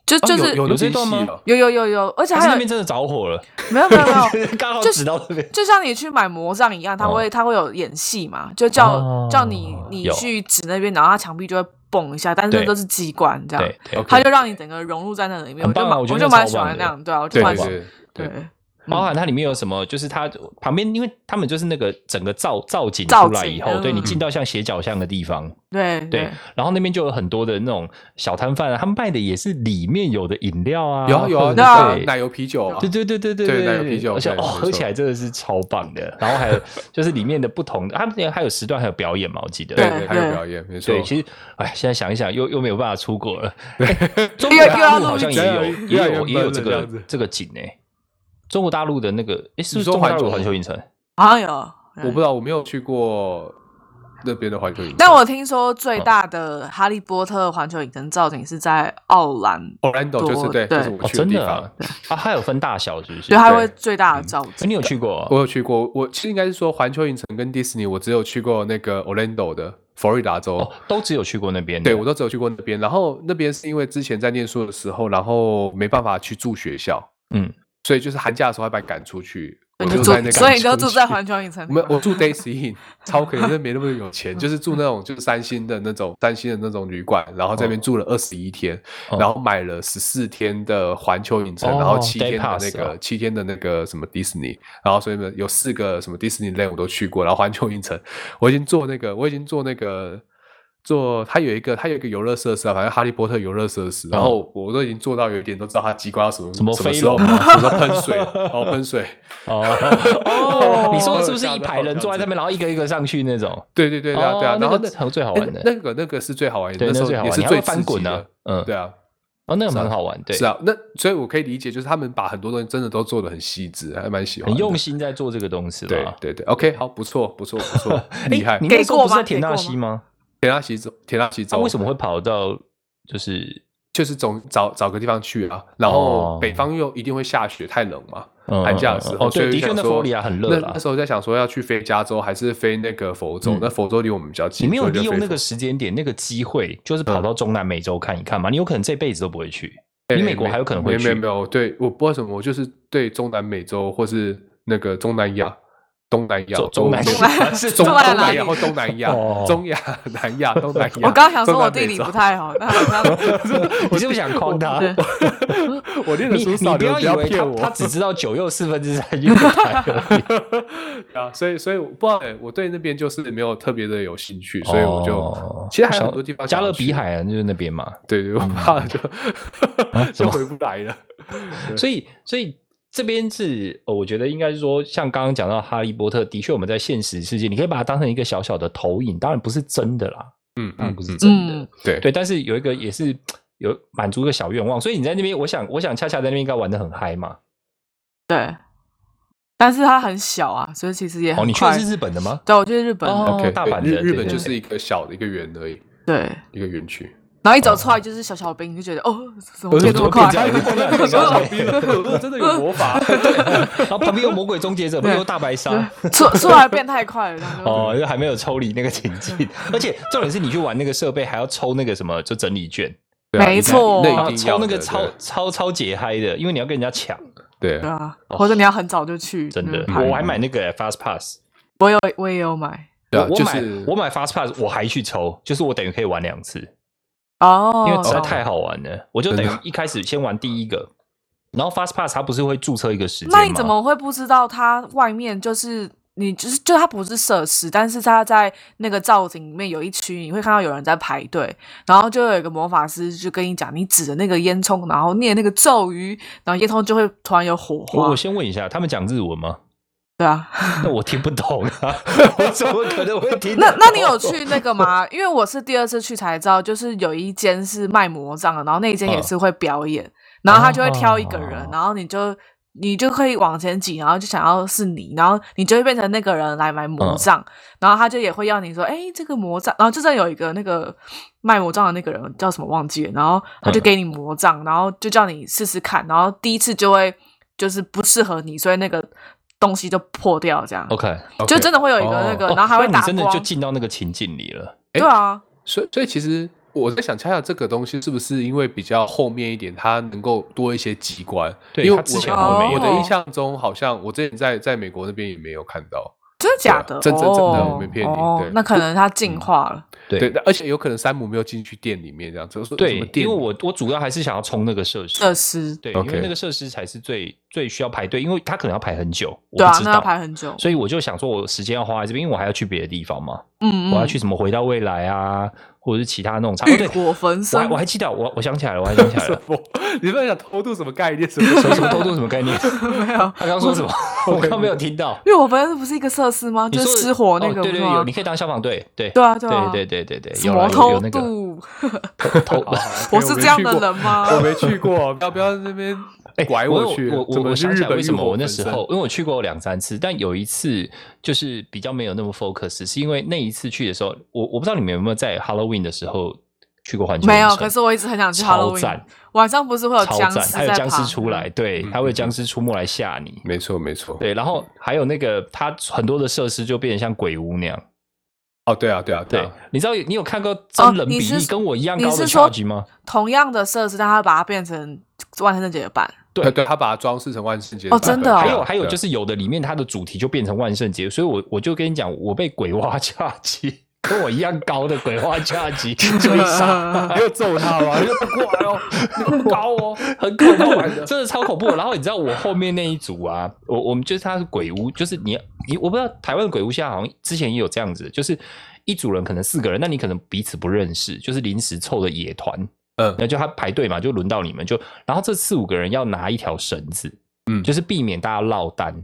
Speaker 3: 就
Speaker 2: 哦
Speaker 3: 就是
Speaker 2: 有有
Speaker 1: 有
Speaker 2: 那
Speaker 1: 这
Speaker 2: 些
Speaker 1: 段吗
Speaker 2: 戏哦
Speaker 3: 有有有有，而且
Speaker 1: 还是那
Speaker 3: 还
Speaker 1: 边
Speaker 3: 有
Speaker 1: 真的着火
Speaker 3: *laughs*
Speaker 1: 了，
Speaker 3: 没有没有没
Speaker 1: *laughs*
Speaker 3: 有。
Speaker 1: 刚好
Speaker 3: 就是
Speaker 1: 指到那边。
Speaker 3: 就像你去买魔杖一样，他会、他会有演戏嘛，就叫、
Speaker 1: 哦
Speaker 3: 叫你你
Speaker 1: 有
Speaker 3: 去指那边，然后他墙壁就会蹦一下，但是
Speaker 1: 对
Speaker 3: 那都是机关这样
Speaker 1: 对，对，
Speaker 2: OK
Speaker 3: 他就让你整个融入在那里面，
Speaker 1: 很
Speaker 3: 我就
Speaker 1: 棒啊
Speaker 3: 蛮
Speaker 1: 我觉得
Speaker 3: 就
Speaker 1: 那
Speaker 3: 蛮
Speaker 1: 超
Speaker 3: 喜欢
Speaker 1: 棒的
Speaker 3: 那样，对啊，我就
Speaker 2: 对
Speaker 3: 蛮
Speaker 2: 对
Speaker 3: 喜欢
Speaker 2: 对对。
Speaker 3: 对
Speaker 1: 包含它里面有什么，就是它旁边，因为他们就是那个整个造造景
Speaker 3: 造
Speaker 1: 出来
Speaker 3: 景
Speaker 1: 以后，对你
Speaker 3: 嗯
Speaker 1: 进到像斜角巷的地方，
Speaker 3: 对
Speaker 1: 对，然后那边就有很多的那种小摊贩、啊，他们卖的也是里面有的饮料啊，
Speaker 2: 有啊有
Speaker 1: 或
Speaker 2: 啊，
Speaker 1: 者
Speaker 3: 对啊
Speaker 1: 对
Speaker 2: 奶油啤酒啊，
Speaker 1: 对对对对对
Speaker 2: 对奶油啤酒
Speaker 1: 而且
Speaker 2: 对
Speaker 1: 哦，
Speaker 2: 没
Speaker 1: 喝起
Speaker 2: 错
Speaker 1: 来真的是超棒的。然后还有就是里面的不同的，他们还有时段还有表演嘛，我记得。
Speaker 2: 对
Speaker 3: 对
Speaker 2: 还有
Speaker 3: 对
Speaker 2: 表演，没错
Speaker 1: 对，。其实哎，现在想一想，又又没有办法出国了。哎 *laughs* 中
Speaker 3: 又
Speaker 1: 国
Speaker 3: 又要
Speaker 1: 大陆
Speaker 3: 录
Speaker 1: 好
Speaker 3: 一
Speaker 1: 像
Speaker 2: 集
Speaker 1: 也有
Speaker 2: 又要
Speaker 1: 也
Speaker 2: 原
Speaker 1: 有
Speaker 2: 本
Speaker 1: 也有这
Speaker 2: 的这
Speaker 1: 个
Speaker 2: 样子
Speaker 1: 这个景哎、中国大陆的那个哎、是不是
Speaker 2: 你说
Speaker 1: 中国大
Speaker 2: 环
Speaker 1: 陆有
Speaker 2: 球
Speaker 1: 环球影城？
Speaker 3: 好像有。对
Speaker 2: 我不知道，我没有去过那边的环球影城。
Speaker 3: 但
Speaker 1: 哦
Speaker 3: 我听说最大的《哈利波特》环球影城造景是在奥兰，
Speaker 2: Orlando 就是对，
Speaker 3: 对
Speaker 2: 就是我
Speaker 1: 哦，
Speaker 2: 去的
Speaker 1: 真
Speaker 2: 地
Speaker 1: 的
Speaker 2: 方
Speaker 1: 啊。， *laughs* 啊它有分大小是不是？
Speaker 3: 对，它会
Speaker 2: 对
Speaker 3: 最大的造
Speaker 1: 哎
Speaker 3: 景。
Speaker 1: 你有去过、
Speaker 2: 我有去过，我其实应该是说环球影城跟迪士尼，我只有去过那个 Orlando 的佛罗里达州。
Speaker 1: 哦，都只有去过那边的。
Speaker 3: 嗯
Speaker 2: 对，我都只有去过那边，然后那边是因为之前在念书的时候，然后没办法去住学校，
Speaker 1: 嗯，
Speaker 2: 所以就是寒假的时候还把你赶出去，我
Speaker 3: 你
Speaker 2: 就
Speaker 3: 就
Speaker 2: 在那
Speaker 3: 住，
Speaker 2: 个，
Speaker 3: 所以你就
Speaker 2: *laughs*
Speaker 3: 住在环。球影城里
Speaker 2: 没
Speaker 3: 吗。
Speaker 2: 有，我住 Daisy Inn，超 *laughs* 可怜，真的没那么有钱，就是住那种就是三星的那种三星的那种旅馆，然后在那边住了二十一天，
Speaker 1: 哦
Speaker 2: 然后买了十四天的环球影城，
Speaker 1: 哦
Speaker 2: 然后七
Speaker 1: day
Speaker 2: 天的
Speaker 1: pass
Speaker 2: 那
Speaker 1: 哦
Speaker 2: 个七天的那个什么迪士尼，然后所以呢有四个什么迪士尼 land 我都去过，然后环球影城我已经做那个我已经做那个。做它有一个，它有一个游乐设施啊，反正哈利波特游乐设施，然后我都已经做到有一点都知道它机关要什么
Speaker 1: 嗯什么
Speaker 2: 什么
Speaker 1: 飞
Speaker 2: 时候，
Speaker 1: 龙 *laughs* 啊
Speaker 2: 什么时候喷水，哦喷水，
Speaker 1: 哦
Speaker 2: *laughs*
Speaker 1: 哦，你说是不是
Speaker 2: 吓
Speaker 1: 一
Speaker 2: 到
Speaker 1: 排人坐在
Speaker 2: 这样子
Speaker 1: 上面，然后一个一个上去那种？
Speaker 2: 对对对对啊对啊，
Speaker 1: 哦
Speaker 2: 然后
Speaker 1: 那个才最好
Speaker 2: 哎
Speaker 1: 玩的
Speaker 2: 那个那个是最好玩的，
Speaker 1: 对，
Speaker 2: 时
Speaker 1: 那
Speaker 2: 候
Speaker 1: 最好
Speaker 2: 也
Speaker 1: 玩，
Speaker 2: 是
Speaker 1: 你还
Speaker 2: 最
Speaker 1: 会翻
Speaker 2: 刺激
Speaker 1: 滚啊
Speaker 2: 的，，
Speaker 1: 嗯，
Speaker 2: 对啊，
Speaker 1: 哦，那个
Speaker 2: 是啊
Speaker 1: 蛮好玩，对，
Speaker 2: 是啊，那所以我可以理解，就是他们把很多东西真的都做的很细致，还蛮喜欢，
Speaker 1: 很用。心在做这个东西
Speaker 2: 对
Speaker 1: 啦。
Speaker 2: 对对，OK，好，不错不错不错
Speaker 1: *laughs* 哎，
Speaker 2: 厉害
Speaker 1: 你。
Speaker 3: 给
Speaker 1: 那时候不
Speaker 3: 过
Speaker 1: 是
Speaker 3: 吗
Speaker 1: 在田
Speaker 3: 给
Speaker 1: 纳
Speaker 3: 过
Speaker 1: 西吗？
Speaker 2: 田纳西州，田纳西
Speaker 1: 他
Speaker 2: 州
Speaker 1: 为什么会跑到就是
Speaker 2: 就是总找找个地方去啊？然后
Speaker 1: 哦
Speaker 2: 北方又一定会下雪，太冷嘛。
Speaker 1: 嗯
Speaker 2: 寒假的时
Speaker 1: 嗯嗯
Speaker 2: 候，
Speaker 1: 哦，
Speaker 2: 所以
Speaker 1: 对，的
Speaker 2: 我就
Speaker 1: 确，
Speaker 2: 想
Speaker 1: 那
Speaker 2: 说
Speaker 1: 佛罗里达很热
Speaker 2: 那
Speaker 1: 啦
Speaker 2: 那。时候在想说要去飞加州还是飞那个佛州
Speaker 1: 嗯？
Speaker 2: 那佛州离我们比较近，
Speaker 1: 你没有
Speaker 2: 所以就
Speaker 1: 利用
Speaker 2: 飞
Speaker 1: 那个
Speaker 2: 佛嗯
Speaker 1: 时间点、那个机会，就是跑到中南美洲看一看嘛？你有可能这辈子都不会去，你美国还有可能会
Speaker 2: 哎没有没有
Speaker 1: 去
Speaker 2: 没。有，对我不知道为什么，我就是对中南美洲或是那个中南亚、东南亚、
Speaker 1: 中中南
Speaker 2: 中
Speaker 1: 亚
Speaker 3: 是
Speaker 2: 中
Speaker 3: 中南
Speaker 2: 南亚
Speaker 3: 哪
Speaker 2: 然
Speaker 3: 里
Speaker 2: 后东南亚
Speaker 1: 哦、
Speaker 2: 中亚、 *laughs* 南亚、东南亚。
Speaker 3: 我刚想说我
Speaker 2: 中南
Speaker 3: 地理
Speaker 2: 美洲 *laughs*
Speaker 3: 不，太好，但好像
Speaker 1: *laughs* 你是不是想框他？
Speaker 3: 对
Speaker 2: 我念的
Speaker 1: 你
Speaker 2: 书
Speaker 1: 你
Speaker 2: 少，
Speaker 1: 不
Speaker 2: 你们
Speaker 1: 要
Speaker 2: 不要
Speaker 1: 以为
Speaker 2: 骗
Speaker 1: 他
Speaker 2: 我。 *laughs*
Speaker 1: 他只知道九又四分之三月台而已
Speaker 2: 啊，所以所以我不知道，哎我对那边就是没有特别的有兴趣，所以我
Speaker 1: 哦
Speaker 2: 就其实还有很多地方
Speaker 1: 加
Speaker 2: 想要
Speaker 1: 勒
Speaker 2: 去。
Speaker 1: 比海啊，就是那边嘛。
Speaker 2: 对，对，我怕就
Speaker 1: 啊什
Speaker 2: *laughs* 就
Speaker 1: 么
Speaker 2: 回不来了。
Speaker 1: 所以，所以这边是，呃我觉得应该是说，像刚刚讲到《哈利波特》，的确我们在现实世界，你可以把它当成一个小小的投影，当然不是真的啦，
Speaker 2: 嗯
Speaker 1: 当然
Speaker 2: 嗯
Speaker 1: 啊不是
Speaker 2: 嗯，
Speaker 1: 真的，
Speaker 3: 嗯
Speaker 2: 对
Speaker 1: 对。但是有一个也是有满足一个小愿望，所以你在那边，我想，我想恰恰在那边应该玩的很嗨嘛。
Speaker 3: 对，但是它很小啊，所以其实也
Speaker 1: 哦，
Speaker 3: 很
Speaker 1: 你去
Speaker 3: 快。
Speaker 1: 的是日本的吗？
Speaker 3: 对，我去日本的，
Speaker 1: 哦
Speaker 2: OK，
Speaker 1: 大
Speaker 2: 对
Speaker 1: 阪的
Speaker 2: 日
Speaker 1: 对
Speaker 2: 日本
Speaker 1: 对对
Speaker 2: 就是一个小的一个园而已，
Speaker 3: 对。
Speaker 2: 一个园区。
Speaker 3: 然后一走出来就是小小兵，就觉得哦，怎么
Speaker 2: 我
Speaker 3: 变这么
Speaker 1: 哦怎
Speaker 3: 快
Speaker 1: 么？变这样
Speaker 3: *laughs*
Speaker 2: 小小兵，我说真的有魔法。
Speaker 1: *laughs* 然后旁边有魔鬼终结者，旁边有大白鲨。
Speaker 3: 出出来变太快了，然后就
Speaker 1: 哦，就还没有抽离那个情境，而且重点是你去玩那个设备还要抽那个什么，就整理券，
Speaker 2: *laughs* 对啊
Speaker 3: 没错
Speaker 2: 那
Speaker 1: 啊
Speaker 2: 一定
Speaker 1: 抽
Speaker 2: 要
Speaker 1: 那
Speaker 2: 的
Speaker 1: 个超超超解嗨的，因为你要跟人家抢，
Speaker 2: 对
Speaker 3: 对
Speaker 2: 对
Speaker 3: 啊，或者你要很早就去，
Speaker 1: 真的
Speaker 3: 嗯，排
Speaker 1: 我还买那个 Fast Pass，
Speaker 3: 我有我也有买
Speaker 2: 对啊
Speaker 1: 我我
Speaker 2: 就
Speaker 1: 买
Speaker 2: 是
Speaker 1: 我买 Fast Pass，我还去抽，就是我等于可以玩两次，
Speaker 3: 哦，
Speaker 1: 因为实在
Speaker 3: 懂
Speaker 1: 太好玩了，我就等于
Speaker 2: 真的
Speaker 1: 一开始先玩第一个，然后 Fast Pass 它不是会注册一个时间吗？
Speaker 3: 那你怎么会不知道它外面就是你就是就它不是设施，但是它在那个造景里面有一区，你会看到有人在排队，然后就有一个魔法师就跟你讲，你指着那个烟囱，然后念那个咒语，然后烟囱就会突然有火
Speaker 1: 我
Speaker 3: 花
Speaker 1: 哦我。先问一下，他们讲日文吗？
Speaker 3: 对啊，
Speaker 1: 那我听不懂啊，
Speaker 2: *laughs*
Speaker 1: 我怎么可能会听得
Speaker 3: *laughs* 那
Speaker 1: 懂？
Speaker 3: 那你
Speaker 1: *laughs*
Speaker 3: 有去那个吗？因为我是第二次去才知道，就是有一间是卖魔杖的，然后那一间也是会表演，然后他就会挑一个人，
Speaker 1: 嗯哦
Speaker 3: 然后你就。你就可以往前挤，然后就想要是你，然后你就会变成那个人来买魔
Speaker 1: 嗯
Speaker 3: 杖，然后他就也会要你说，哎、这个魔杖，然后就算有一个那个卖魔杖的那个人叫什么忘记了，然后
Speaker 1: 嗯
Speaker 3: 他就给你魔杖，然后就叫你试试看，然后第一次就会就是不适合你，所以那个东西就破掉，这样
Speaker 1: OK，
Speaker 3: 就真的会有一个那个，
Speaker 1: 哦
Speaker 3: 然后还会
Speaker 1: 那
Speaker 3: 打
Speaker 1: 你真
Speaker 3: 光，
Speaker 1: 的就进到那个情境里了。
Speaker 2: 诶
Speaker 3: 对啊，
Speaker 2: 所以所以其实我在想，恰恰这个东西是不是因为比较后面一点，它能够多一些机关？
Speaker 1: 对
Speaker 2: 因为
Speaker 1: 它之前
Speaker 2: 我
Speaker 3: 好像没有
Speaker 2: 我的印象中好像我之前在在美国那边也没有看到。
Speaker 3: 真的假的？
Speaker 2: 真真真的
Speaker 3: 哦
Speaker 2: 我没骗你
Speaker 3: 哦
Speaker 2: 对
Speaker 3: 那可能它进化了。
Speaker 1: 嗯
Speaker 2: 对，而且有可能山姆没有进去店里面这样子。我说 *laughs*
Speaker 1: 对
Speaker 2: 什么，店
Speaker 1: 因为我我主要还是想要冲那个设施，
Speaker 3: 设施
Speaker 1: 对，因
Speaker 2: OK
Speaker 1: 为那个设施才是最最需要排队，因为他可能要排很久，我
Speaker 3: 对
Speaker 1: 不
Speaker 3: 啊，
Speaker 1: 知
Speaker 3: 那要
Speaker 1: 道。
Speaker 3: 排很久。
Speaker 1: 所以我就想说，我时间要花在这边，因为我还要去别的地方嘛，
Speaker 3: 嗯嗯，
Speaker 1: 我要去什么回到未来啊，或者是其他那种场。哦，
Speaker 3: 浴
Speaker 1: 对，
Speaker 3: 火焚
Speaker 1: 我还
Speaker 3: 身
Speaker 1: 我，还记得，我我想起来了，我还想起来
Speaker 3: *laughs*
Speaker 2: 什，
Speaker 1: 了
Speaker 2: 么？你们想偷渡什么概念？什
Speaker 1: *laughs*
Speaker 2: 么
Speaker 1: 什么什么偷渡什么概念？
Speaker 3: *laughs* 没有。
Speaker 1: 他刚刚说什么？我刚刚没有听到。
Speaker 3: 浴火焚身不是一个设施吗？
Speaker 1: 你
Speaker 3: 就
Speaker 1: 说
Speaker 3: 是失火那
Speaker 1: 哦
Speaker 3: 个，
Speaker 1: 对对
Speaker 3: 不是
Speaker 1: 有，
Speaker 3: 吗
Speaker 1: 你可以当消防队，对
Speaker 3: 对啊，对啊，
Speaker 1: 对对对对对，
Speaker 3: 什
Speaker 1: 有
Speaker 3: 么
Speaker 1: 啦有有
Speaker 3: 偷
Speaker 1: 那个哎
Speaker 3: 渡？
Speaker 1: 偷
Speaker 2: 好好，OK，
Speaker 3: 我是这样的人
Speaker 1: *laughs*
Speaker 3: 吗？
Speaker 2: 我没去过，我没去过，不啊 *laughs* 要不要在那边
Speaker 1: 哎，
Speaker 2: 拐
Speaker 1: 我有
Speaker 2: 去？
Speaker 1: 我
Speaker 2: 怎
Speaker 1: 我
Speaker 2: 么
Speaker 1: 我
Speaker 2: 是
Speaker 1: 想起
Speaker 2: 日
Speaker 1: 来
Speaker 2: 本
Speaker 1: 为什么
Speaker 2: 浴火
Speaker 1: 我那
Speaker 2: 焚
Speaker 1: 时
Speaker 2: 身
Speaker 1: 候，因为我去过两三次，但有一次就是比较没有那么 focus，是因为那一次去的时候，我我不知道你们有没有在 Halloween 的时候去过环球影城？
Speaker 3: 没有，可是我一直很想去
Speaker 1: 超
Speaker 3: Halloween
Speaker 1: 赞。
Speaker 3: 晚上不是会有
Speaker 1: 超
Speaker 3: 僵
Speaker 1: 赞，
Speaker 3: 尸
Speaker 1: 还有
Speaker 3: 在
Speaker 1: 僵
Speaker 3: 爬
Speaker 1: 尸出来，，对，
Speaker 2: 嗯
Speaker 1: 还会
Speaker 2: 嗯
Speaker 1: 僵尸出没来吓你。
Speaker 2: 没错没错。
Speaker 1: 对，然后还有那个，它很多的设施就变得像鬼屋那样。
Speaker 2: 哦，对啊对啊
Speaker 1: 对
Speaker 2: 啊，
Speaker 1: 你知道你有看过真人比
Speaker 3: 哦你
Speaker 1: 例
Speaker 3: 是
Speaker 1: 跟我一样
Speaker 3: 你
Speaker 1: 高的
Speaker 3: 是说
Speaker 1: charge 吗？
Speaker 3: 同样的设施，但它把它变成万圣节的版。
Speaker 1: 对
Speaker 2: 对对，他把它装饰成万圣节
Speaker 3: 哦
Speaker 2: 版
Speaker 3: 真
Speaker 2: 本
Speaker 3: 的哦
Speaker 1: 还
Speaker 2: 对啊
Speaker 1: 有还有
Speaker 2: 对啊
Speaker 1: 就是有的里面它的主题就变成万圣节，所以我我就跟你讲，我被鬼 *laughs* 蛙恰吉跟我一样高的鬼蛙恰吉追
Speaker 3: *laughs*
Speaker 1: 杀，
Speaker 2: *laughs* 你有揍他吗？
Speaker 1: *laughs*
Speaker 2: 你就不过来哦，你那么高哦，
Speaker 1: 很恐
Speaker 2: *laughs*
Speaker 1: 怖，真的超恐怖的。然后你知道我后面那一组啊，我我们就是它是鬼屋，就是你你我不知道台湾的鬼屋现在好像之前也有这样子，就是一组人可能四个人，那你可能彼此不认识，就是临时凑的野团，
Speaker 2: 嗯
Speaker 1: 那就他排队嘛，就轮到你们就，然后这四五个人要拿一条绳子，
Speaker 2: 嗯
Speaker 1: 就是避免大家落单。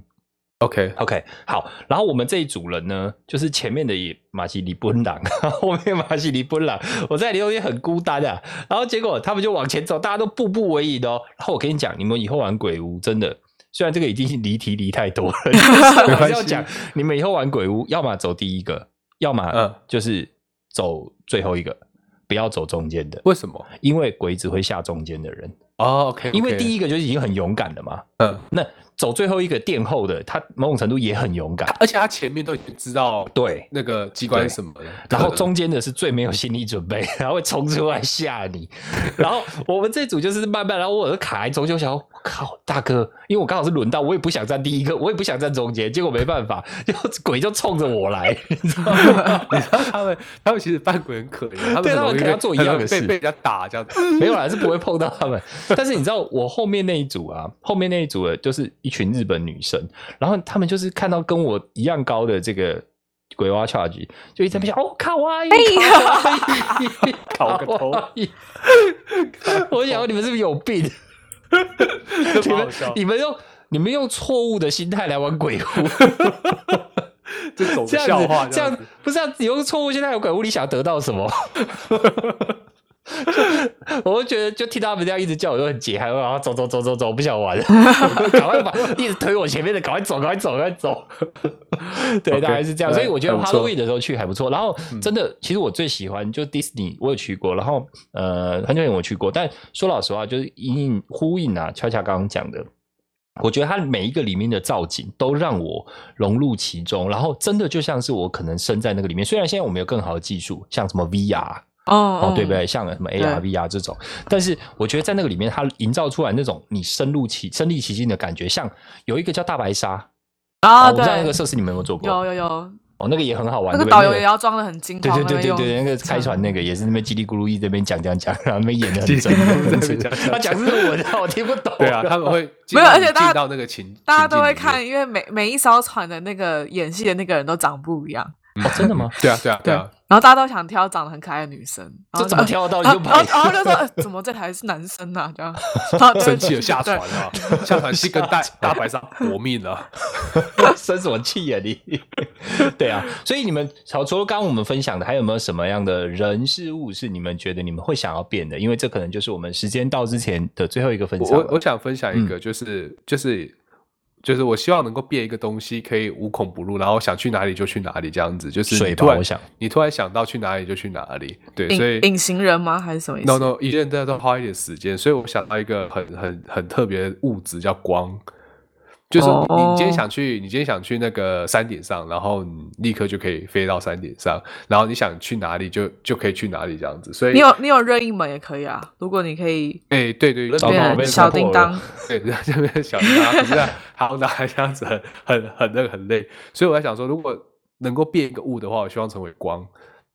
Speaker 2: ，OK，
Speaker 1: OK，好，然后我们这一组人呢，就是前面的也马西里奔朗， *laughs* 后面马西里奔朗，我在里头也很孤单啊。然后结果他们就往前走，大家都步步为营的哦。然后我跟你讲，你们以后玩鬼屋真的，虽然这个已经离题离太多了，但是我
Speaker 2: *laughs* 没
Speaker 1: 还
Speaker 2: 关
Speaker 1: 是要
Speaker 2: 系
Speaker 1: 讲，你们以后玩鬼屋，要么走第一个，要么
Speaker 2: 嗯
Speaker 1: 就是走最后一个，不要走中间的，
Speaker 2: 为什么？
Speaker 1: 因为鬼只会吓中间的人，
Speaker 2: 哦，OK，
Speaker 1: 因为第
Speaker 2: 一，
Speaker 1: 一个就是已经很勇敢了嘛。
Speaker 2: 嗯，
Speaker 1: 那走最后一个殿后的，他某种程度也很勇敢，
Speaker 2: 而且他前面都已经知道
Speaker 1: 对。
Speaker 2: 那个机关是什么了，
Speaker 1: 然后
Speaker 2: 对
Speaker 1: 中间的是最没有心理准备， *laughs* 然后会冲出来吓你。然后我们这组就是慢慢，然后我就卡在中间，我想说我靠大哥，因为我刚好是轮到，我也不想站第一个，我也不想站中间，结果没办法，就鬼就冲着我来，你知道吗？
Speaker 2: *laughs* 你知道他们，他们其实扮鬼很可怜，他
Speaker 1: *laughs*
Speaker 2: 们
Speaker 1: 对
Speaker 2: 很
Speaker 1: 他们
Speaker 2: 容易
Speaker 1: 可能要
Speaker 2: 被
Speaker 1: 做一
Speaker 2: 很
Speaker 1: 样
Speaker 2: 容易
Speaker 1: 的
Speaker 2: 被
Speaker 1: 事
Speaker 2: 被人家打这样子。 *laughs*
Speaker 1: 没有啦，是不会碰到他们。但是你知道，我后面那一组啊，后面那一组的就是一群日本女生，然后她们就是看到跟我一样高的这个鬼娃 charge，就一直在那边想，哦，卡哇伊，卡哇伊，*laughs*
Speaker 2: 搞个头
Speaker 1: 卡哇伊！我想说你们是不是有
Speaker 2: *laughs*
Speaker 1: 病？你们
Speaker 2: 蛮好笑
Speaker 1: 你们用你们用错误的心态来玩鬼屋，
Speaker 2: 就走
Speaker 1: 这
Speaker 2: 个
Speaker 1: 样
Speaker 2: 笑话
Speaker 1: 子，这样
Speaker 2: 子。
Speaker 1: 不是啊？你用错误心态玩鬼屋，你想得到什么？ *laughs* 我就觉得，就听到他们这样一直叫，我就很解嗨，我啊走走走走走，我不想玩， *laughs* 赶快把一直推我前面的，赶快走，赶快走，赶快走。 *laughs* 对
Speaker 2: OK，
Speaker 1: 大概是这样，所以我觉得
Speaker 2: 还不错
Speaker 1: Halloween 的时候去还不错。然后真的，其实我最喜欢就 Disney，我有去过，然后呃很久以前我去过，但说老实话，就是隐隐呼应啊，恰恰刚刚讲的。我觉得它每一个里面的造景都让我融入其中，然后真的就像是我可能身在那个里面。虽然现在我们有更好的技术，像什么 VR，
Speaker 3: 哦
Speaker 1: 哦，对不？对？像什么 AR、VR 这种，但是我觉得在那个里面，它营造出来那种你深入其身临其境的感觉，像有一个叫大白鲨
Speaker 3: 啊，
Speaker 1: 哦我不知道那
Speaker 3: 对
Speaker 1: 个，设施你们有没有做过？
Speaker 3: 有有有，
Speaker 1: 哦，那个也很好玩，
Speaker 3: 那个
Speaker 1: 对不对
Speaker 3: 导游也。要装的很惊
Speaker 1: 对
Speaker 3: 慌，哎
Speaker 1: 对对对
Speaker 3: 那边
Speaker 1: 对，
Speaker 3: 用
Speaker 1: 那个开船那个也是那边叽里咕噜一直在那边讲讲讲，然后那边演的很
Speaker 2: 叽
Speaker 1: 真
Speaker 2: 里咕噜在那边，
Speaker 1: 很真
Speaker 2: 讲讲
Speaker 1: 他讲的是我的，我听不懂。
Speaker 3: *laughs*
Speaker 2: 对啊，他们会进
Speaker 3: 没有
Speaker 2: 到
Speaker 3: 而
Speaker 2: 你
Speaker 3: 且大家
Speaker 2: 进到那个情，
Speaker 3: 大家都会
Speaker 2: 情境里面
Speaker 3: 看，。因为每每一艘船的那个演戏的那个人都长不一样，
Speaker 1: 哦，真的吗？
Speaker 2: 对啊，对啊，对啊，
Speaker 3: 然后大家都想挑长得很可爱的女生，
Speaker 1: 这
Speaker 3: 然后
Speaker 1: 怎
Speaker 3: 就
Speaker 1: 么跳到你
Speaker 3: *laughs* 然
Speaker 1: 就
Speaker 3: 后然
Speaker 1: 跑
Speaker 3: 后？然后就
Speaker 2: *laughs*
Speaker 3: 说呃怎么这台是男生啊呐？这样，然后就
Speaker 2: 生气了下船
Speaker 3: 对
Speaker 2: 了， *laughs* 下船去跟
Speaker 3: *laughs*
Speaker 2: 大大白鲨搏命了。
Speaker 1: 生什么气呀、你？ *laughs* 对啊，所以你们除除了刚刚我们分享的，还有没有什么样的人事物是你们觉得你们会想要变的？因为这可能就是我们时间到之前的最后一个分
Speaker 2: 我
Speaker 1: 享了。
Speaker 2: 我我想分
Speaker 3: 嗯
Speaker 2: 享一个，就是、就是就是我希望能够变一个东西，可以无孔不入，然后想去哪里就去哪里，这样子。就是
Speaker 1: 水
Speaker 2: 你
Speaker 1: 吧
Speaker 2: 突然
Speaker 1: 我想
Speaker 2: 你突然想到去哪里就去哪里，对，所以
Speaker 3: 隐隐形人吗？还是什么意
Speaker 2: no
Speaker 3: 思？
Speaker 2: no，一定都要花一点时间，所以我想到一个很很很特别的物质叫光。就是
Speaker 3: 哦
Speaker 2: 你你今天想去，你今天想去那个山顶上，然后你立刻就可以飞到山顶上，然后你想去哪里就就可以去哪里这样子。所以
Speaker 3: 你有你有任意门也可以啊，如果你可以
Speaker 2: 哎、对对，
Speaker 1: 糟糕
Speaker 2: 对
Speaker 1: 我
Speaker 3: 变
Speaker 1: 被
Speaker 3: 成
Speaker 1: 戳
Speaker 3: 啊小
Speaker 1: 破
Speaker 3: 叮
Speaker 1: 了
Speaker 3: 当，
Speaker 2: 对，然后这边小拿，可是啊好拿这样子很很很那个很累，所以我在想说，如果能够变一个物的话，我希望成为光。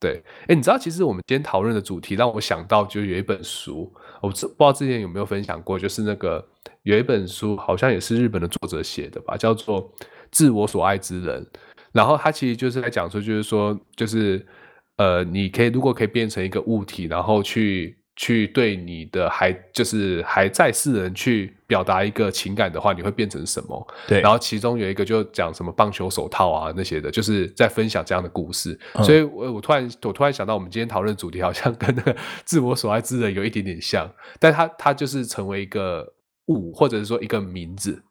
Speaker 2: 对，哎，你知道其实我们今天讨论的主题让我想到，就有一本书，我知不知道之前有没有分享过，就是那个有一本书，好像也是日本的作者写的吧，叫做《致我所爱之人》。然后他其实就是在讲说，就是说，就是呃，你可以如果可以变成一个物体，然后去去对你的还就是还在世人去表达一个情感的话，你会变成什么？
Speaker 1: 对，
Speaker 2: 然后其中有一个就讲什么棒球手套啊那些的，就是在分享这样的故事。所以我我突然我突然想到，我们今天讨论的主题好像跟那个自我所爱之人有一点点像，但他他就是成为一个物，或者是说一个名字，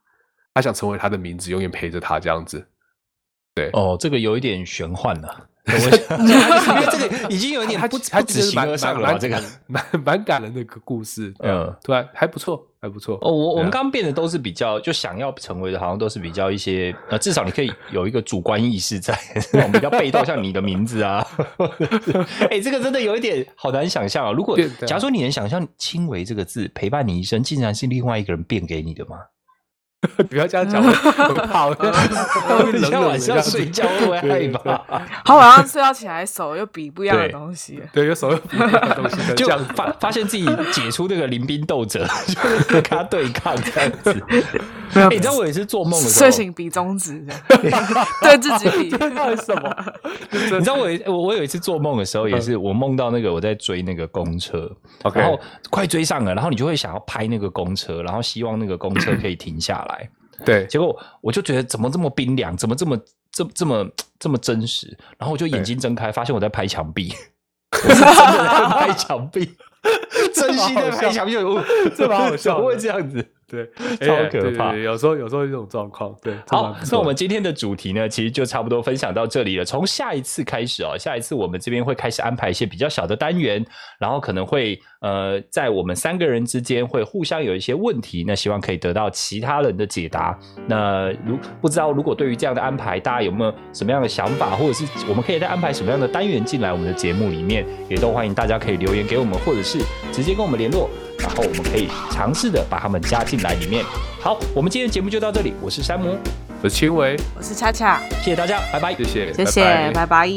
Speaker 2: 他想成为他的名字，永远陪着他这样子。
Speaker 1: 哦，这个有一点玄幻
Speaker 2: *laughs*
Speaker 1: 了。我想 *laughs* 因为这个已经有一点
Speaker 2: 他
Speaker 1: 不
Speaker 2: 他
Speaker 1: 不
Speaker 2: 其
Speaker 1: 止
Speaker 2: 实
Speaker 1: 形
Speaker 2: 蛮
Speaker 1: 而
Speaker 2: 蛮
Speaker 1: 上了吧，
Speaker 2: 蛮
Speaker 1: 这个。
Speaker 2: 蛮蛮感人的一个故事。嗯
Speaker 1: 嗯，
Speaker 2: 突然还不错，还不错。
Speaker 1: 哦，我我
Speaker 2: 对
Speaker 1: 们
Speaker 2: 啊
Speaker 1: 刚刚变的都是比较就想要成为的，好像都是比较一些呃，至少你可以有一个主观意识在，
Speaker 2: *laughs*
Speaker 1: 那种比较被动，像你的名字啊。哎、这个真的有一点好难想象啊！如果
Speaker 2: 对对啊
Speaker 1: 假如说你能想象“轻微”这个字陪伴你一生，竟然是另外一个人变给你的吗？
Speaker 2: 不要这
Speaker 1: *laughs*
Speaker 2: 样讲，我我怕我我会
Speaker 1: 嗯你
Speaker 2: *laughs* 冷
Speaker 1: 现在
Speaker 2: 冷的
Speaker 1: 晚
Speaker 2: 这
Speaker 1: 上
Speaker 2: 样子
Speaker 1: 睡觉会不会
Speaker 2: 对
Speaker 1: 害
Speaker 2: 对
Speaker 1: 怕？
Speaker 3: 好，晚上睡觉起来手又比不一样的
Speaker 1: 对
Speaker 3: 东西。
Speaker 2: 对，有手有笔的东西的
Speaker 1: 就
Speaker 2: 这样子。
Speaker 1: 发发现自己解出那个临兵斗者， *laughs* 就是跟他对抗这样
Speaker 2: *laughs*
Speaker 1: 子。
Speaker 3: 没有
Speaker 1: 哎你知道我也是做梦的时候
Speaker 3: 睡，醒比中指这
Speaker 2: *laughs*
Speaker 3: 样，对自己比。
Speaker 2: 这到底什么？
Speaker 1: 你知道我有一我我有一次做梦的时候，也
Speaker 2: 嗯
Speaker 1: 是我梦到那个我在追那个公车
Speaker 2: OK
Speaker 1: 然后快追上了，然后你就会想要拍那个公车，然后希望那个公车可以停下来。
Speaker 2: 对，
Speaker 1: 结果我就觉得怎么这么冰凉，怎么这么这这么这么真实，然后我就眼睛睁开，发现我在拍墙壁，我是真的在拍墙壁，真心在拍墙壁，我
Speaker 2: 这蛮好笑的
Speaker 1: 怎么会这样子？
Speaker 2: 对，
Speaker 1: 超
Speaker 2: 哎
Speaker 1: 可
Speaker 2: 对对
Speaker 1: 怕
Speaker 2: 对有时候有时候有这种状况，对，这蛮
Speaker 1: 好
Speaker 2: 不，错
Speaker 1: 那我
Speaker 2: 的
Speaker 1: 们今天的主题呢，其实就差不多分享到这里了。从下一次开始哦，下一次我们这边会开始安排一些比较小的单元，然后可能会呃，在我们三个人之间会互相有一些问题，那希望可以得到其他人的解答。嗯那如不知道如果对于这样的安排，大家有没有什么样的想法，或者是我们可以再安排什么样的单元进来我们的节目里面，也都欢迎大家可以留言给我们，或者是直接跟我们联络，然后我们可以尝试的把他们加进来里面。好，我们今天的节目就到这里，我是山姆。
Speaker 2: 我是轻微，
Speaker 3: 我是恰恰，
Speaker 1: 谢谢大家，拜拜
Speaker 2: 谢。谢，
Speaker 3: 谢谢，拜拜